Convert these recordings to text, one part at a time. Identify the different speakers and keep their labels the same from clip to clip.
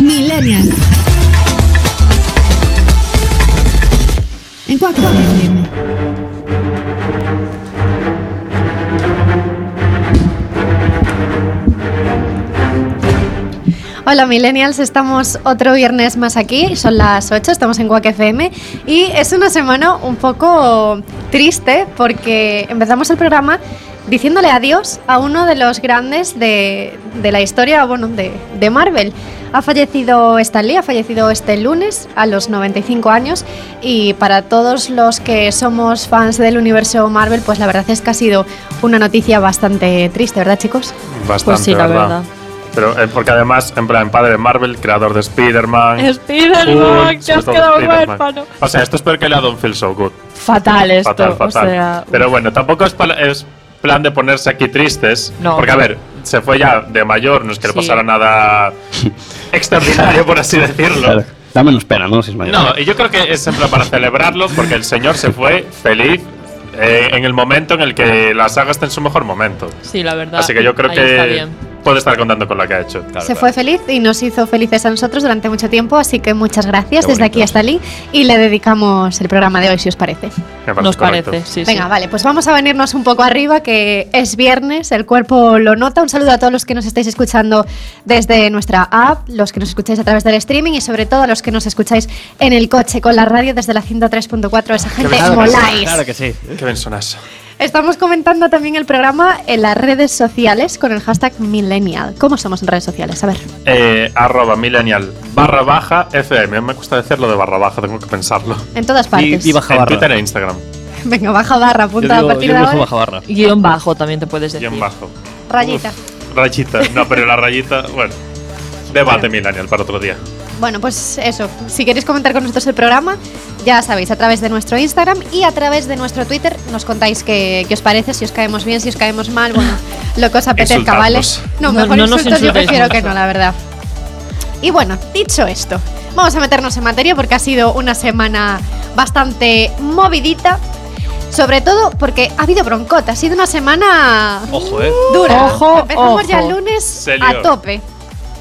Speaker 1: Millennial. En Cuaco FM.
Speaker 2: Hola Millennials, estamos otro viernes más aquí, son las 8, estamos en Quack FM y es una semana un poco triste porque empezamos el programa diciéndole adiós a uno de los grandes de, de la historia bueno, de, de Marvel. Ha fallecido Stan Lee, ha fallecido este lunes a los 95 años y para todos los que somos fans del universo Marvel, pues la verdad es que ha sido una noticia bastante triste, ¿verdad chicos?
Speaker 3: Bastante,
Speaker 4: Pues sí, la verdad.
Speaker 3: Pero eh, porque además, en plan, padre de Marvel, creador de Spider-Man.
Speaker 4: Spider-Man,
Speaker 3: Hulk,
Speaker 4: te has
Speaker 3: sobre todo
Speaker 4: quedado
Speaker 3: Spider-Man.
Speaker 4: huérfano.
Speaker 3: O sea, esto es peor que la Don't Feel So Good.
Speaker 4: Fatal esto,
Speaker 3: fatal, fatal.
Speaker 4: o sea...
Speaker 3: Pero bueno, tampoco es, pala- es plan de ponerse aquí tristes.
Speaker 4: No.
Speaker 3: Porque, a ver, se fue ya de mayor, no es que le
Speaker 4: Sí.
Speaker 3: pasara nada extraordinario, por así decirlo.
Speaker 5: Claro. Da menos pena, ¿no? Si es mayor.
Speaker 3: No, y yo creo que es en plan para celebrarlo porque el señor se fue feliz eh, en el momento en el que la saga está en su mejor momento.
Speaker 4: Sí, la verdad.
Speaker 3: Así que yo creo
Speaker 4: ahí Está
Speaker 3: que
Speaker 4: bien.
Speaker 3: puede estar contando con la que ha hecho.
Speaker 2: Se fue feliz y nos hizo felices a nosotros durante mucho tiempo, así que muchas gracias
Speaker 3: Qué
Speaker 2: desde aquí
Speaker 3: bonito.
Speaker 2: hasta Lee y le dedicamos el programa de hoy, si os parece.
Speaker 3: Me
Speaker 4: Nos
Speaker 3: correcto.
Speaker 4: parece, sí,
Speaker 2: Venga,
Speaker 4: sí.
Speaker 2: vale, pues vamos a venirnos un poco arriba, que es viernes, el cuerpo lo nota. Un saludo a todos los que nos estáis escuchando desde nuestra app, los que nos escucháis a través del streaming y sobre todo a los que nos escucháis en el coche con la radio desde la 103.4. Esa gente
Speaker 3: pesado,
Speaker 2: moláis.
Speaker 5: que sí.
Speaker 3: Qué bien sonas.
Speaker 2: Estamos comentando también el programa en las redes sociales con el hashtag Millennial. ¿Cómo somos en redes sociales? A ver.
Speaker 3: Eh, arroba millennial barra baja FM. Me gusta decirlo de barra baja, tengo que pensarlo.
Speaker 2: En todas partes.
Speaker 5: Y, y baja
Speaker 3: en
Speaker 5: barra.
Speaker 3: Twitter e Instagram.
Speaker 2: Venga, baja barra,
Speaker 5: Yo
Speaker 2: apunta a
Speaker 5: digo,
Speaker 2: partir
Speaker 5: yo
Speaker 2: de
Speaker 5: digo
Speaker 2: ahora.
Speaker 5: baja barra.
Speaker 4: Guión bajo también te puedes decir.
Speaker 3: Guión bajo.
Speaker 2: Rayita.
Speaker 3: Uf, rayita. No, pero la rayita, bueno. Debate millennial para otro día.
Speaker 2: Bueno, pues eso. Si queréis comentar con nosotros el programa, ya sabéis, a través de nuestro Instagram y a través de nuestro Twitter nos contáis qué, qué os parece, si os caemos bien, si os caemos mal, bueno, lo que os apetezca, ¿vale?
Speaker 3: Insultadnos.
Speaker 2: No,
Speaker 4: No,
Speaker 2: mejor
Speaker 4: no nos
Speaker 2: insultos yo
Speaker 4: insultéis
Speaker 2: prefiero que
Speaker 4: mucho.
Speaker 2: no, la verdad. Y bueno, dicho esto, vamos a meternos en materia porque ha sido una semana bastante movidita. Sobre todo porque ha habido broncota, ha sido una semana
Speaker 5: Ojo, eh.
Speaker 2: dura.
Speaker 4: Ojo,
Speaker 2: Empezamos ya el
Speaker 4: ojo.
Speaker 2: lunes
Speaker 3: Se
Speaker 2: a
Speaker 3: lió.
Speaker 2: tope.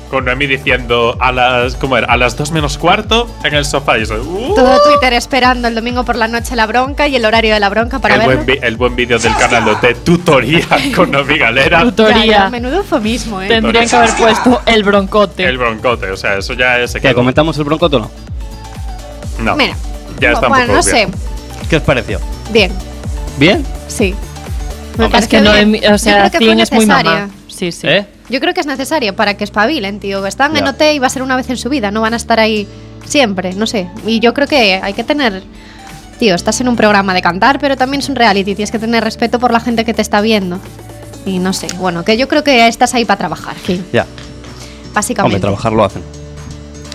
Speaker 3: Con Noemí diciendo a las. ¿Cómo era? A las 2 menos cuarto en el sofá. Y eso. ¡uh!
Speaker 2: Todo Twitter esperando el domingo por la noche la bronca y el horario de la bronca para
Speaker 3: el,
Speaker 2: verlo.
Speaker 3: buen vi- el buen vídeo del canal de OT, tutoría con Noemí Galera.
Speaker 2: Ya, ya,
Speaker 4: Tutoría.
Speaker 2: menudo eufemismo, ¿eh?
Speaker 4: Tendrían que haber puesto el broncote.
Speaker 3: El broncote, o sea, eso ya es. se
Speaker 5: ¿Qué,
Speaker 3: quedó.
Speaker 5: comentamos el broncoto o no?
Speaker 3: No.
Speaker 2: Mira,
Speaker 3: Ya está un poco
Speaker 2: bueno, no
Speaker 3: obvio.
Speaker 2: sé.
Speaker 5: ¿Qué os pareció?
Speaker 2: Bien,
Speaker 5: ¿Bien?
Speaker 2: sí. Me
Speaker 4: No, es
Speaker 2: parece
Speaker 4: que no,
Speaker 2: bien.
Speaker 4: o sea,
Speaker 2: Yo creo que fue
Speaker 4: 100 es muy
Speaker 2: necesaria.
Speaker 4: mamá. Sí, sí.
Speaker 5: ¿Eh?
Speaker 2: Yo creo que es necesaria para que espabilen, tío. Están en
Speaker 5: Ya.
Speaker 2: OT y va a ser una vez en su vida, no van a estar ahí siempre, no sé. Y yo creo que hay que tener. Tío, estás en un programa de cantar, pero también es un reality. Tienes que tener respeto por la gente que te está viendo. Y no sé, bueno, que yo creo que estás ahí para trabajar, que
Speaker 5: Ya. Hombre,
Speaker 2: básicamente.
Speaker 5: trabajar lo hacen.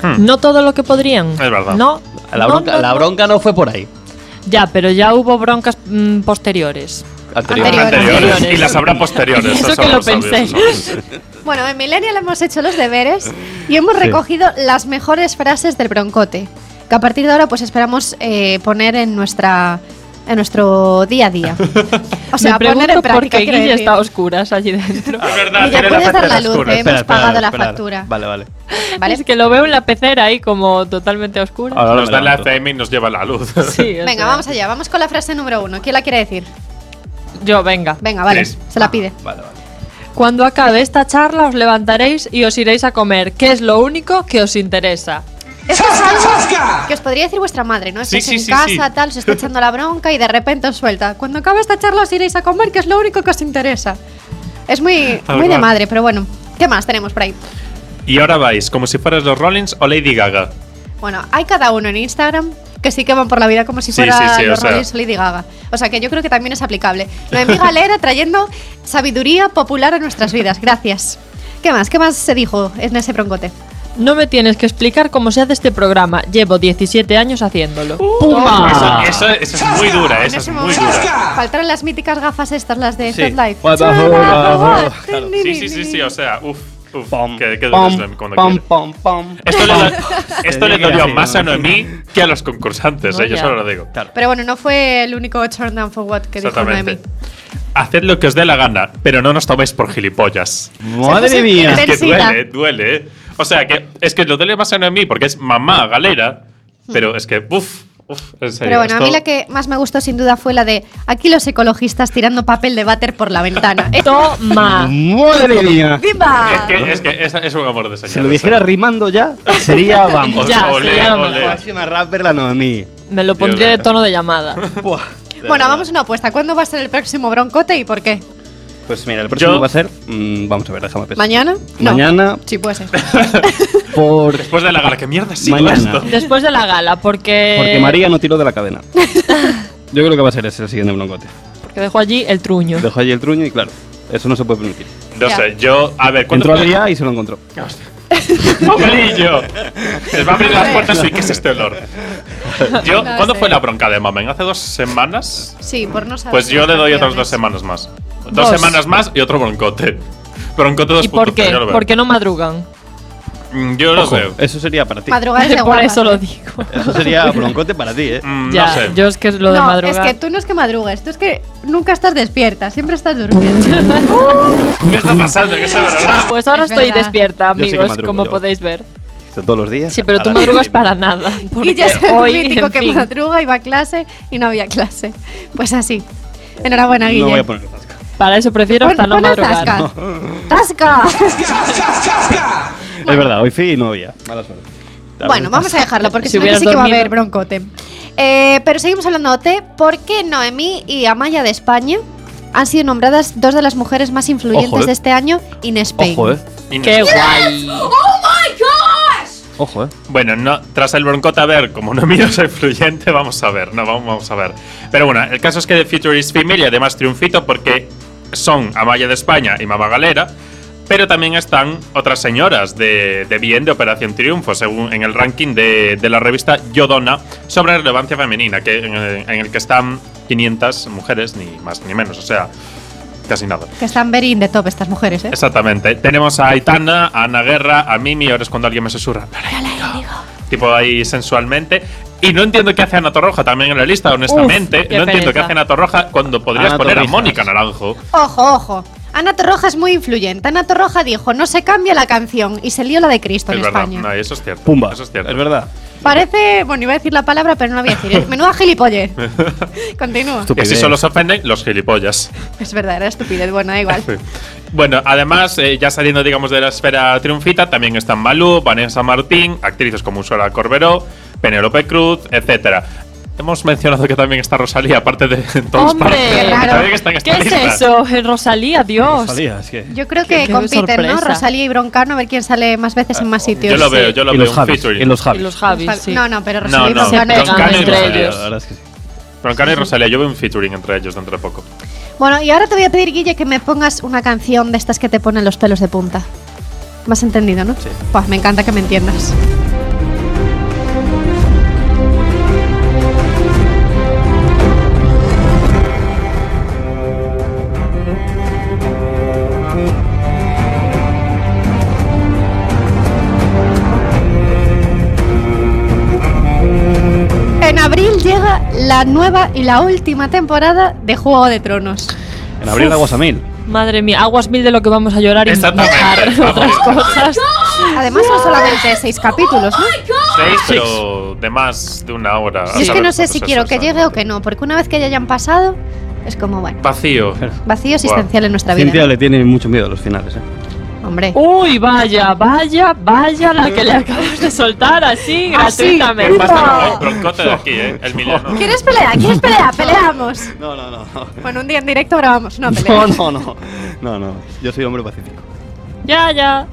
Speaker 3: Hmm.
Speaker 4: No todo lo que podrían. Es
Speaker 3: verdad.
Speaker 4: No.
Speaker 5: La
Speaker 4: no,
Speaker 5: bronca,
Speaker 4: no,
Speaker 5: la
Speaker 4: no.
Speaker 5: bronca no fue por ahí.
Speaker 4: Ya, pero ya hubo broncas mm, posteriores.
Speaker 5: Anterior.
Speaker 2: Anterior.
Speaker 3: Anteriores.
Speaker 4: Anteriores.
Speaker 3: Y las habrá posteriores.
Speaker 4: Eso
Speaker 3: esos
Speaker 4: que
Speaker 3: son
Speaker 4: lo
Speaker 3: los obvios,
Speaker 4: pensé.
Speaker 3: ¿no?
Speaker 2: Bueno, en Millennial hemos hecho los deberes y hemos recogido las mejores frases del broncote, que a partir de ahora pues esperamos eh, poner en nuestra en nuestro día a día. O sea,
Speaker 4: Me
Speaker 2: poner
Speaker 4: pregunto
Speaker 2: en
Speaker 4: por
Speaker 2: práctica.
Speaker 4: qué
Speaker 2: quiero
Speaker 4: Guille
Speaker 2: decir.
Speaker 4: está a oscuras allí dentro.
Speaker 3: Es verdad,
Speaker 2: Y ya
Speaker 3: tiene
Speaker 2: puedes dar
Speaker 3: pantera
Speaker 2: la luz,
Speaker 3: oscura.
Speaker 2: eh. Hemos pagado la factura.
Speaker 5: Vale, vale.
Speaker 2: ¿Vale?
Speaker 4: Es que lo veo en la pecera ahí como totalmente a oscuras.
Speaker 5: Ahora
Speaker 3: Nos
Speaker 5: me
Speaker 3: da la
Speaker 5: levanto.
Speaker 3: FM y nos lleva la luz.
Speaker 4: Sí, o
Speaker 2: Venga,
Speaker 4: sea,
Speaker 2: vamos allá, vamos con la frase número uno. ¿Quién la quiere decir?
Speaker 4: Yo, venga.
Speaker 2: Venga, vale,
Speaker 3: Tres.
Speaker 2: se la pide.
Speaker 5: Vale, vale.
Speaker 4: Cuando acabe esta charla os levantaréis y os iréis a comer, que es lo único que os interesa.
Speaker 2: Que os podría decir vuestra madre, ¿no?
Speaker 3: Ah. Sí,
Speaker 2: Estáis
Speaker 3: sí,
Speaker 2: en
Speaker 3: sí,
Speaker 2: casa,
Speaker 3: sí.
Speaker 2: tal, os está echando la bronca y de repente os suelta. Cuando acabe esta charla os iréis a comer, que es lo único que os interesa. Es muy,
Speaker 3: Tal
Speaker 2: muy de
Speaker 3: cual.
Speaker 2: madre, pero bueno. ¿Qué más tenemos por ahí?
Speaker 3: Y ahora vais, como si fueras los Rollins o Lady Gaga.
Speaker 2: Bueno, hay cada uno en Instagram que sí que van por la vida como si
Speaker 3: Sí,
Speaker 2: fuera
Speaker 3: sí, sí,
Speaker 2: los
Speaker 3: o sea.
Speaker 2: Rollins o Lady Gaga. O sea que yo creo que también es aplicable. Noemí Galera trayendo sabiduría popular a nuestras vidas. Gracias. ¿Qué más? ¿Qué más se dijo en ese broncote?
Speaker 4: No me tienes que explicar cómo se hace este programa, llevo 17 años haciéndolo.
Speaker 2: Uh.
Speaker 4: ¡Pumba!
Speaker 3: Eso, eso- eso es muy dura,
Speaker 2: en
Speaker 3: eso es
Speaker 2: ese
Speaker 3: muy
Speaker 2: momento
Speaker 3: dura.
Speaker 2: faltaron las míticas gafas estas, las de
Speaker 5: Sí.
Speaker 2: Third Life.
Speaker 5: What the hell, what the hell. Claro.
Speaker 3: Sí, sí, sí, sí, o sea, uff, uff.
Speaker 5: Pom,
Speaker 3: Que, que
Speaker 5: pom,
Speaker 3: dudes cuando
Speaker 5: pom,
Speaker 3: quieras.
Speaker 5: pom, pom.
Speaker 3: Esto le, do- esto le
Speaker 5: digo que
Speaker 3: dolió
Speaker 5: sí,
Speaker 3: más
Speaker 5: ¿no?
Speaker 3: a Noemí que a los concursantes,
Speaker 4: No,
Speaker 3: eh, yo
Speaker 4: ya.
Speaker 3: solo lo digo.
Speaker 5: Claro.
Speaker 2: Pero bueno, no fue el único turn down for what que dijo Noemí.
Speaker 3: Exactamente. Haced lo que os dé la gana, pero no nos toméis por gilipollas.
Speaker 5: Madre
Speaker 2: puso
Speaker 5: mía.
Speaker 2: intenso.
Speaker 3: Que
Speaker 2: Intensita.
Speaker 3: duele, duele. eh. O sea, que es que lo duele más en mí porque es mamá galera, pero es que, uff, uff, en serio.
Speaker 2: Pero bueno, a mí
Speaker 3: esto-
Speaker 2: la que más me gustó sin duda fue la de aquí los ecologistas tirando papel de váter por la ventana. Eh,
Speaker 4: Toma.
Speaker 5: ¡Madre mía!
Speaker 3: Es
Speaker 2: ¡Viva!
Speaker 3: que, es, que es, es un amor de señor.
Speaker 5: Si lo dijera rimando ya, sería vamos.
Speaker 4: Ya,
Speaker 3: olé,
Speaker 4: sería lo
Speaker 3: olé.
Speaker 4: mejor.
Speaker 5: Próxima rapper la Noemí.
Speaker 4: Me lo pondría de tono de llamada.
Speaker 5: Buah.
Speaker 2: Bueno, hagamos una apuesta. ¿Cuándo va a ser el próximo broncote y por qué?
Speaker 5: Pues mira, el próximo
Speaker 3: Yo-
Speaker 5: va a ser. mm, vamos a ver, déjame pensar.
Speaker 2: ¿Mañana? No.
Speaker 5: Mañana,
Speaker 2: Sí, puede ser.
Speaker 5: por.
Speaker 4: Eh.
Speaker 3: Después de la gala, ¿qué mierda ha sido
Speaker 5: Mañana.
Speaker 3: esto?
Speaker 4: Después de la gala, porque.
Speaker 5: Porque María no tiró de la cadena. Yo creo que va a ser ese el siguiente broncote.
Speaker 4: Porque dejó allí el truño.
Speaker 5: Dejó allí el truño y claro, eso no se puede permitir.
Speaker 3: No
Speaker 2: Ya.
Speaker 3: sé, yo, a ver, ¿cuánto
Speaker 5: Entró Adrián y se lo encontró.
Speaker 3: ¡Amarillo! Les va a abrir las puertas y ¿qué es este olor? Yo,
Speaker 2: No
Speaker 3: ¿Cuándo
Speaker 2: sé.
Speaker 3: fue la bronca de Mamen? ¿Hace dos semanas?
Speaker 2: Sí, por no saber.
Speaker 3: Pues yo le doy otras
Speaker 2: canciones.
Speaker 3: dos semanas más. Dos,
Speaker 4: Dos.
Speaker 3: semanas más y otro broncote. Broncote 2.0.
Speaker 4: ¿Y por qué?
Speaker 3: Yo lo veo.
Speaker 4: Porque no madrugan.
Speaker 3: Mm, Yo lo
Speaker 5: Ojo,
Speaker 3: veo.
Speaker 5: eso sería para ti.
Speaker 2: Madrugar es de
Speaker 4: Por
Speaker 2: guapas,
Speaker 4: eso lo
Speaker 2: ¿eh?
Speaker 4: digo.
Speaker 5: Eso sería broncote para ti, ¿eh?
Speaker 3: Mm,
Speaker 4: ya,
Speaker 3: no sé.
Speaker 4: yo es que es lo de
Speaker 2: no,
Speaker 4: madrugar.
Speaker 2: es que tú no es que madrugues, tú es que nunca estás despierta, siempre estás durmiendo.
Speaker 3: ¿Qué está pasando? ¿Qué se verdad?
Speaker 4: Pues ahora
Speaker 2: Es
Speaker 4: estoy
Speaker 2: verdad.
Speaker 4: despierta,
Speaker 5: Yo sí que
Speaker 4: amigos,
Speaker 5: madrugo,
Speaker 4: como
Speaker 5: yo.
Speaker 4: podéis ver.
Speaker 5: Esto Todos los días.
Speaker 4: Sí, pero
Speaker 5: A
Speaker 4: tú
Speaker 5: las diez
Speaker 4: madrugas
Speaker 5: y-
Speaker 4: para nada.
Speaker 2: y ya
Speaker 4: porque
Speaker 2: es el
Speaker 4: hoy,
Speaker 2: mítico
Speaker 4: en
Speaker 2: que
Speaker 4: fin,
Speaker 2: madruga, iba a clase y no había clase. Pues así. Enhorabuena, Guille.
Speaker 5: No voy a poner zasca.
Speaker 4: Para eso prefiero
Speaker 2: Pon-
Speaker 4: hasta no
Speaker 2: pon el
Speaker 4: madrugar.
Speaker 2: Tasca. Tasca.
Speaker 5: Es verdad, hoy sí y no había. Mala suerte.
Speaker 2: Bueno, vamos a dejarlo porque
Speaker 4: Si
Speaker 2: si no que
Speaker 4: hubieras
Speaker 2: sí que va a
Speaker 4: dormido.
Speaker 2: haber broncote. Eh, pero seguimos hablando de por qué Noemí y Amaya de España han sido nombradas dos de las mujeres más influyentes
Speaker 5: Ojo, eh.
Speaker 2: de este año in Spain.
Speaker 5: Ojo, eh.
Speaker 4: Qué guay.
Speaker 5: Ojo, eh.
Speaker 3: Bueno, no, tras el broncote, a ver, como no miro soy influyente, vamos a ver, no, vamos, vamos a ver. Pero bueno, el caso es que The Future is Female y además triunfito porque son Amaya de España y Mama Galera, pero también están otras señoras de, de bien de Operación Triunfo, según en el ranking de, de la revista Yodona sobre relevancia femenina, que en, el- en el que están 500 mujeres, ni más ni menos, o sea, casi nada.
Speaker 2: Que están very in the top estas mujeres, ¿eh?
Speaker 3: Exactamente. Tenemos a Aitana, a Ana Guerra, a Mimi, ahora es cuando alguien me susurra. "Dale, Íñigo". Tipo ahí sensualmente. Y no entiendo qué hace Ana Torroja también en la lista, honestamente.
Speaker 4: qué
Speaker 3: no entiendo
Speaker 4: pereza.
Speaker 3: qué hace Ana Torroja cuando podrías
Speaker 5: Ana
Speaker 3: poner
Speaker 5: Torrijas.
Speaker 3: a Mónica Naranjo.
Speaker 2: Ojo, ojo. Ana Torroja es muy influyente. Ana Torroja dijo, no se cambia la canción y se lió la de Cristo
Speaker 3: es
Speaker 2: en
Speaker 3: verdad.
Speaker 2: España.
Speaker 3: No, eso es cierto.
Speaker 5: Pumba.
Speaker 3: Eso es cierto.
Speaker 5: verdad.
Speaker 2: Parece, bueno, iba a decir la palabra, pero no la voy a decir. ¿eh? Menuda gilipollez. Continúa.
Speaker 5: Estu-
Speaker 3: Y si solo se ofenden, los gilipollas.
Speaker 2: Es verdad, era estupidez. Bueno, da igual.
Speaker 3: Bueno, además, eh, ya saliendo, digamos, de la esfera triunfita, también están Malú, Vanessa Martín, actrices como Ursula Corberó, Penélope Cruz, etcétera. Hemos mencionado que también está Rosalía, aparte de en todas
Speaker 4: Hombre,
Speaker 3: partes.
Speaker 4: qué
Speaker 2: raro.
Speaker 3: También está en esta
Speaker 4: ¿Qué es
Speaker 3: lista.
Speaker 4: eso? Eh, Rosalía, Dios.
Speaker 5: Salía, es que.
Speaker 2: Yo creo
Speaker 4: Qué-
Speaker 2: que
Speaker 4: qué
Speaker 2: compiten, ¿no?
Speaker 4: sorpresa.
Speaker 2: Rosalía y Broncano, a ver quién sale más veces en más sitios.
Speaker 3: Yo lo
Speaker 4: Sí.
Speaker 3: veo, yo lo
Speaker 5: y
Speaker 3: veo
Speaker 5: los
Speaker 3: un
Speaker 5: Javis. Y
Speaker 3: featuring.
Speaker 5: los
Speaker 4: Y
Speaker 5: Javis.
Speaker 4: los Javis, sí.
Speaker 2: No, no, pero Rosalía y
Speaker 3: no,
Speaker 2: Broncano
Speaker 4: Broncano
Speaker 2: están
Speaker 4: entre
Speaker 2: dentro.
Speaker 4: ellos.
Speaker 5: La verdad es que sí.
Speaker 3: Broncano y Rosalía, yo veo un featuring entre ellos dentro de poco.
Speaker 2: Bueno, y ahora te voy a pedir, Guille, que me pongas una canción de estas que te ponen los pelos de punta. ¿Me has entendido, no? Sí. Pues me encanta que me entiendas. En abril llega la nueva y la última temporada de Juego de Tronos.
Speaker 5: En abril la Guasamil.
Speaker 4: Madre mía, aguas mil de lo que vamos a llorar y
Speaker 3: Exactamente.
Speaker 4: mojar otras cosas.
Speaker 2: Además, son solamente seis capítulos, ¿no?
Speaker 3: Seis, pero de más de una hora. pues
Speaker 2: Yo
Speaker 3: a
Speaker 2: es que
Speaker 3: Ah, saber
Speaker 2: no sé
Speaker 3: cuántos
Speaker 2: si
Speaker 3: es
Speaker 2: quiero que llegue o
Speaker 3: exactamente.
Speaker 2: que no, porque una vez que ya hayan pasado, es como, bueno,
Speaker 3: Vacío.
Speaker 2: vacío existencial en nuestra
Speaker 5: Cintia
Speaker 2: vida.
Speaker 5: le tiene mucho miedo a los finales, ¿eh?
Speaker 2: ¿no? Hombre.
Speaker 4: Uy, vaya, vaya, vaya la que le acabas de soltar así
Speaker 2: Así.
Speaker 3: Me
Speaker 4: gratuitamente.
Speaker 3: pasa el broncote de aquí, ¿eh? El Milano.
Speaker 2: ¿Quieres pelear? ¿Quieres pelear? Peleamos.
Speaker 5: No, no, no.
Speaker 2: Bueno, un día en directo grabamos una pelea.
Speaker 5: No, no, no. No, no. Yo soy hombre pacífico.
Speaker 4: Ya, ya.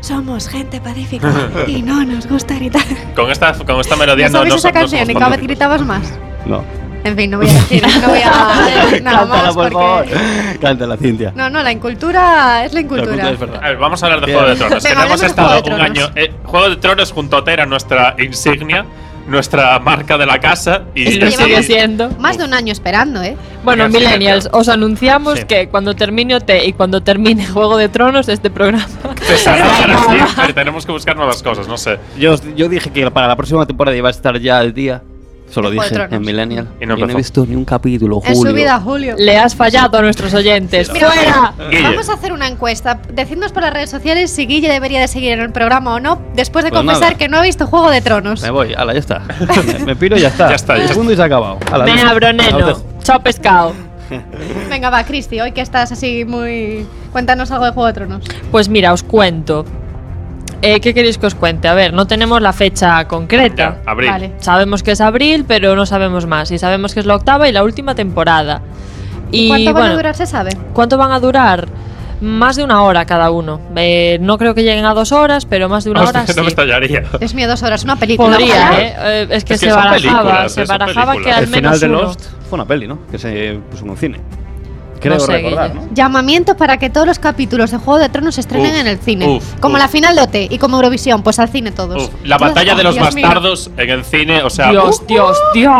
Speaker 2: Somos gente pacífica y no nos gusta gritar.
Speaker 3: Con esta, con esta melodía
Speaker 2: ¿No
Speaker 3: no,
Speaker 2: sabéis
Speaker 3: no,
Speaker 2: esa
Speaker 3: no somos
Speaker 2: canción? ¿Y cada vez
Speaker 3: pacíficos.
Speaker 2: gritabas más?
Speaker 5: No.
Speaker 2: En fin, no voy a decir, no voy a decir nada
Speaker 5: Cántala,
Speaker 2: más
Speaker 5: por favor.
Speaker 2: porque...
Speaker 5: Cántala, Cintia.
Speaker 2: No, no, la incultura es la
Speaker 5: La cultura
Speaker 2: incultura.
Speaker 5: es verdad.
Speaker 3: A ver, vamos a hablar de
Speaker 5: Bien.
Speaker 3: Juego de Tronos. que
Speaker 2: Venga,
Speaker 3: no hemos
Speaker 2: hablemos de
Speaker 3: estado
Speaker 2: Juego
Speaker 3: un
Speaker 2: de
Speaker 3: año.
Speaker 2: Tronos.
Speaker 3: eh, Juego de Tronos junto a Otera, nuestra insignia, nuestra marca de la casa. Y
Speaker 4: Es que
Speaker 2: llevamos-
Speaker 4: sigue siendo.
Speaker 2: Más de un año esperando, ¿eh?
Speaker 4: Bueno,
Speaker 3: Venga, sí,
Speaker 4: millennials, os anunciamos
Speaker 5: Sí.
Speaker 4: que cuando termine OT y cuando termine Juego de Tronos, este programa.
Speaker 3: se sacará así, pero tenemos que buscar nuevas cosas, no sé.
Speaker 5: Yo, os- yo dije que para la próxima temporada iba a estar ya al día. Solo
Speaker 2: Juego de
Speaker 5: dije
Speaker 2: Tronos.
Speaker 6: En Millennial.
Speaker 3: Y no
Speaker 6: Yo no he
Speaker 3: empezó.
Speaker 6: visto ni un capítulo,
Speaker 2: En
Speaker 6: Julio.
Speaker 2: su vida, Julio.
Speaker 4: Le has fallado a nuestros oyentes.
Speaker 2: Mira,
Speaker 4: ¡Fuera!
Speaker 3: Guille.
Speaker 2: Vamos a hacer una encuesta. Decidnos por las redes sociales si Guille debería de seguir en el programa o no, después de
Speaker 5: Pues
Speaker 2: confesar
Speaker 5: nada.
Speaker 2: que no ha visto Juego de Tronos.
Speaker 6: Me voy, ala, ya está.
Speaker 5: Me- Me piro y ya está.
Speaker 3: Ya está, ya está.
Speaker 5: Segundo y se ha acabado. Ala,
Speaker 4: Me
Speaker 5: adiós.
Speaker 4: abro,
Speaker 5: Os
Speaker 4: neno.
Speaker 5: dejo.
Speaker 4: Chao, pescado.
Speaker 2: Venga, va, Cristi, hoy que estás así muy... Cuéntanos algo de Juego de Tronos.
Speaker 4: Pues mira, os cuento. Eh, ¿Qué queréis que os cuente? A ver, no tenemos la fecha concreta.
Speaker 3: Ya, abril.
Speaker 2: Vale.
Speaker 4: Sabemos que es abril, pero no sabemos más. Y sabemos que es la octava y la última temporada. Y
Speaker 2: ¿Cuánto van a
Speaker 4: bueno,
Speaker 2: durar se sabe?
Speaker 4: ¿Cuánto van a durar? Más de una hora cada uno. Eh, no creo que lleguen a dos horas, pero más de una hora
Speaker 3: no me
Speaker 4: sí.
Speaker 3: estallaría.
Speaker 2: Es mío, dos horas, una película.
Speaker 4: Podría,
Speaker 2: Ojalá.
Speaker 4: ¿eh? Eh, Es que,
Speaker 3: Es que
Speaker 4: se
Speaker 3: son
Speaker 4: barajaba,
Speaker 3: películas,
Speaker 4: se
Speaker 3: eh, son
Speaker 4: barajaba que
Speaker 3: películas.
Speaker 4: al
Speaker 5: El final
Speaker 4: menos
Speaker 5: de
Speaker 4: uno.
Speaker 5: Lost fue una peli, ¿no? Que se puso en un cine. Creo
Speaker 4: sé,
Speaker 5: recordar,
Speaker 4: Guille.
Speaker 5: ¿no?
Speaker 2: Llamamiento para que todos los capítulos de Juego de Tronos se estrenen
Speaker 3: Uf,
Speaker 2: en el cine.
Speaker 3: uf,
Speaker 2: como
Speaker 3: uf.
Speaker 2: la final de OT y como Eurovisión, pues al cine todos.
Speaker 3: Uf, la batalla de los
Speaker 2: Dios mío.
Speaker 3: bastardos en el cine, o sea,
Speaker 4: Dios, Dios, Dios.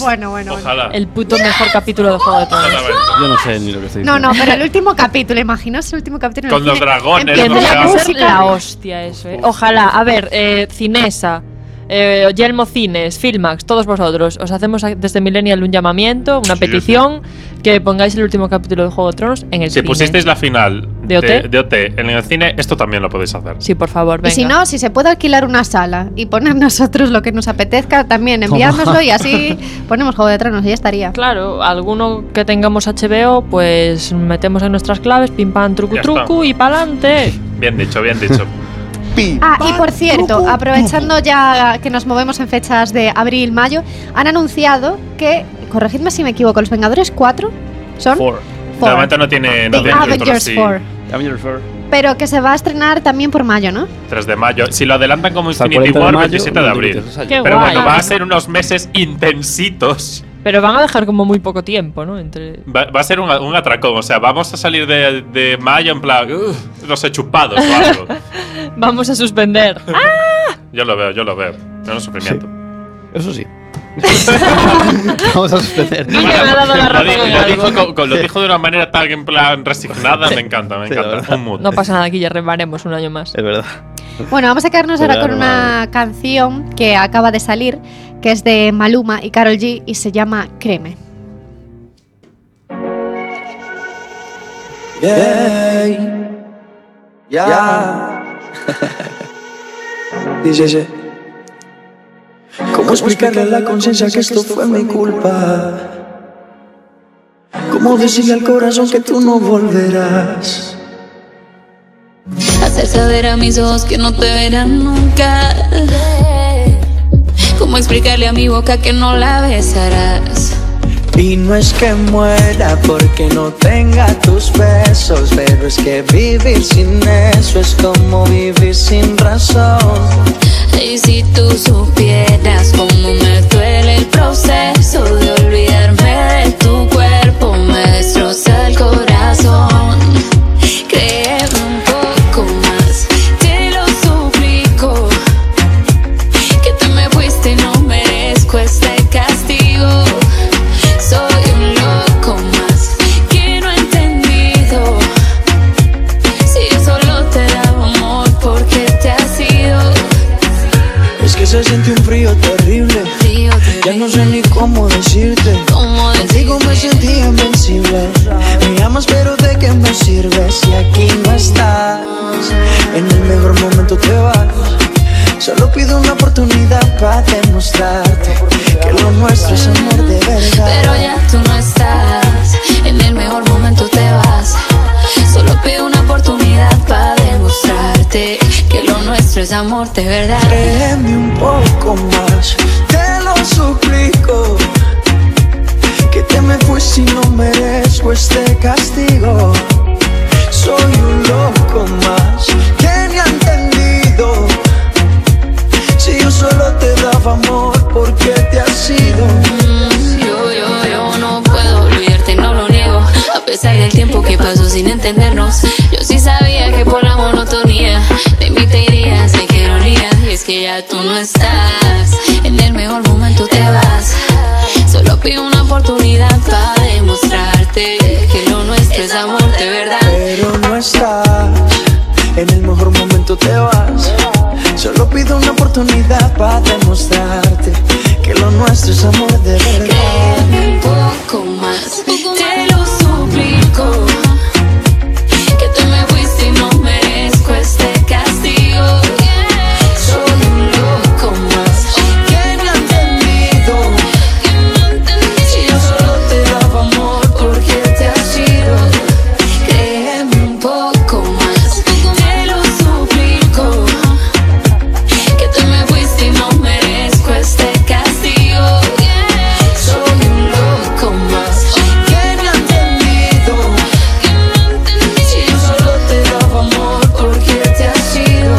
Speaker 2: Bueno, bueno, bueno.
Speaker 3: ojalá.
Speaker 4: El puto mejor capítulo de Juego de Tronos.
Speaker 3: Exactamente.
Speaker 5: Yo no sé ni lo que estoy
Speaker 2: No,
Speaker 5: diciendo.
Speaker 2: no, pero el último capítulo, imaginaos el último capítulo. en el
Speaker 3: Con los
Speaker 2: cine.
Speaker 3: dragones,
Speaker 2: Empieza
Speaker 3: ¿no?
Speaker 4: Tendría
Speaker 2: la
Speaker 4: que ser
Speaker 2: música.
Speaker 4: la hostia eso, eh. Ojalá. A ver, eh, Cinesa, eh, Yelmo Cines, Filmax, todos vosotros, os hacemos a- desde Millennial un llamamiento, una
Speaker 3: Sí,
Speaker 4: petición, que pongáis el último capítulo de Juego de Tronos en el
Speaker 3: Si
Speaker 4: cine.
Speaker 3: pusisteis la final
Speaker 4: ¿De OT?
Speaker 3: en el cine, esto también lo podéis hacer.
Speaker 4: Sí, por favor, venga.
Speaker 2: Y si no, si se puede alquilar una sala y poner nosotros lo que nos apetezca, también enviárnoslo y así ponemos Juego de Tronos y ya estaría.
Speaker 4: Claro, alguno que tengamos HBO, pues metemos en nuestras claves, pim pam, trucu
Speaker 3: Ya
Speaker 4: trucu y pa'lante.
Speaker 3: Bien dicho, bien dicho.
Speaker 2: Ah, y por cierto, aprovechando ya que nos movemos en fechas de abril, mayo, han anunciado que, corregidme si me equivoco, los Vengadores 4 son
Speaker 5: Four.
Speaker 3: De
Speaker 2: Four.
Speaker 3: momento no tiene, no tiene
Speaker 2: The
Speaker 3: título,
Speaker 2: Avengers
Speaker 3: sí.
Speaker 2: 4,
Speaker 5: Avengers Four.
Speaker 2: pero que se va a estrenar también por mayo, ¿no?
Speaker 3: 3 de mayo. Si lo adelantan como
Speaker 5: Hasta
Speaker 3: Infinity
Speaker 5: 40 de
Speaker 3: War,
Speaker 5: mayo,
Speaker 3: 27 de abril.
Speaker 4: Qué
Speaker 3: Pero
Speaker 4: guay.
Speaker 3: bueno, va a ser unos meses intensitos.
Speaker 4: Pero van a dejar como muy poco tiempo, ¿no? Entre...
Speaker 3: Va, va a ser un, un atracón. O sea, vamos a salir de, de mayo en plan. "Uf, no sé, chupados o algo.
Speaker 4: Vamos a suspender.
Speaker 3: Yo lo veo, yo lo veo. No, no sufrimiento.
Speaker 5: Eso sí. Vamos a suspender.
Speaker 4: Guille me ha dado la
Speaker 3: Lo,
Speaker 4: razón
Speaker 3: di-
Speaker 4: en
Speaker 3: lo
Speaker 4: algo.
Speaker 3: dijo, con- con- lo dijo de una manera tan en plan resignada. Me encanta, me
Speaker 5: Sí, la
Speaker 3: encanta.
Speaker 5: verdad.
Speaker 3: Un mood.
Speaker 4: No pasa nada, aquí ya remaremos un año más.
Speaker 5: Es verdad.
Speaker 2: Bueno, vamos a quedarnos ahora con
Speaker 5: Claro,
Speaker 2: una canción que acaba de salir, que es de Maluma y Carol G y se llama Creme.
Speaker 1: Ya. Dice, "Ye". ¿Cómo explicarle a la conciencia que esto fue mi culpa? ¿Cómo decirle al corazón que tú no volverás?
Speaker 7: Hacer saber a mis ojos que no te verán nunca. ¿Cómo explicarle a mi boca que no la besarás?
Speaker 1: Y no es que muera porque no tenga tus besos, pero es que vivir sin eso es como vivir sin razón.
Speaker 7: Y si tú supieras cómo me duele el proceso de olvidarme de tu cuerpo, me destroza el corazón. Créeme un poco más, te lo suplico. Que te me fuiste y no merezco este castigo. Soy un loco más que no he entendido. Si solo te daba amor, porque te has ido?
Speaker 1: Es que se siente un frío terrible,
Speaker 7: Tío,
Speaker 1: ya no sé ni cómo decirte.
Speaker 7: cómo
Speaker 1: Contigo me sentí invencible. Me amas, pero ¿de qué me sirve si aquí no estás? En el mejor momento te vas. Solo pido una oportunidad para demostrarte que lo nuestro es amor de verdad.
Speaker 7: Pero ya tú no estás, en el mejor momento te vas. Solo pido una oportunidad para demostrarte que lo nuestro es amor de verdad.
Speaker 1: Créeme un poco más, te lo suplico. Que te me fuiste y no merezco este castigo. Soy un loco más que ni ha entendido. Si yo solo te daba amor, ¿por qué te has ido?
Speaker 7: Yo, yo, yo no puedo olvidarte, no lo niego. A pesar del tiempo que pasó sin entendernos, yo sí sabía que por la monotonía de mí te irías, de que ironía. Y es que ya tú no estás, en el mejor momento te vas. Solo pido una oportunidad para demostrarte que lo nuestro es amor de verdad.
Speaker 1: Pero no estás, en el mejor momento te vas. Solo pido una oportunidad para demostrarte
Speaker 8: que lo nuestro es amor de verdad.
Speaker 7: Créeme un poco más, te lo suplico. Que tú me fuiste y no merezco este castigo. Soy un loco más.
Speaker 8: ¿Quién ha entendido? Si yo solo te daba amor, ¿por qué te has ido?
Speaker 7: Créeme un poco más, te lo suplico. Que tú me fuiste y no merezco este castigo. Soy un loco más.
Speaker 8: ¿Quién ha entendido? Si yo solo te daba amor, ¿por qué te has ido?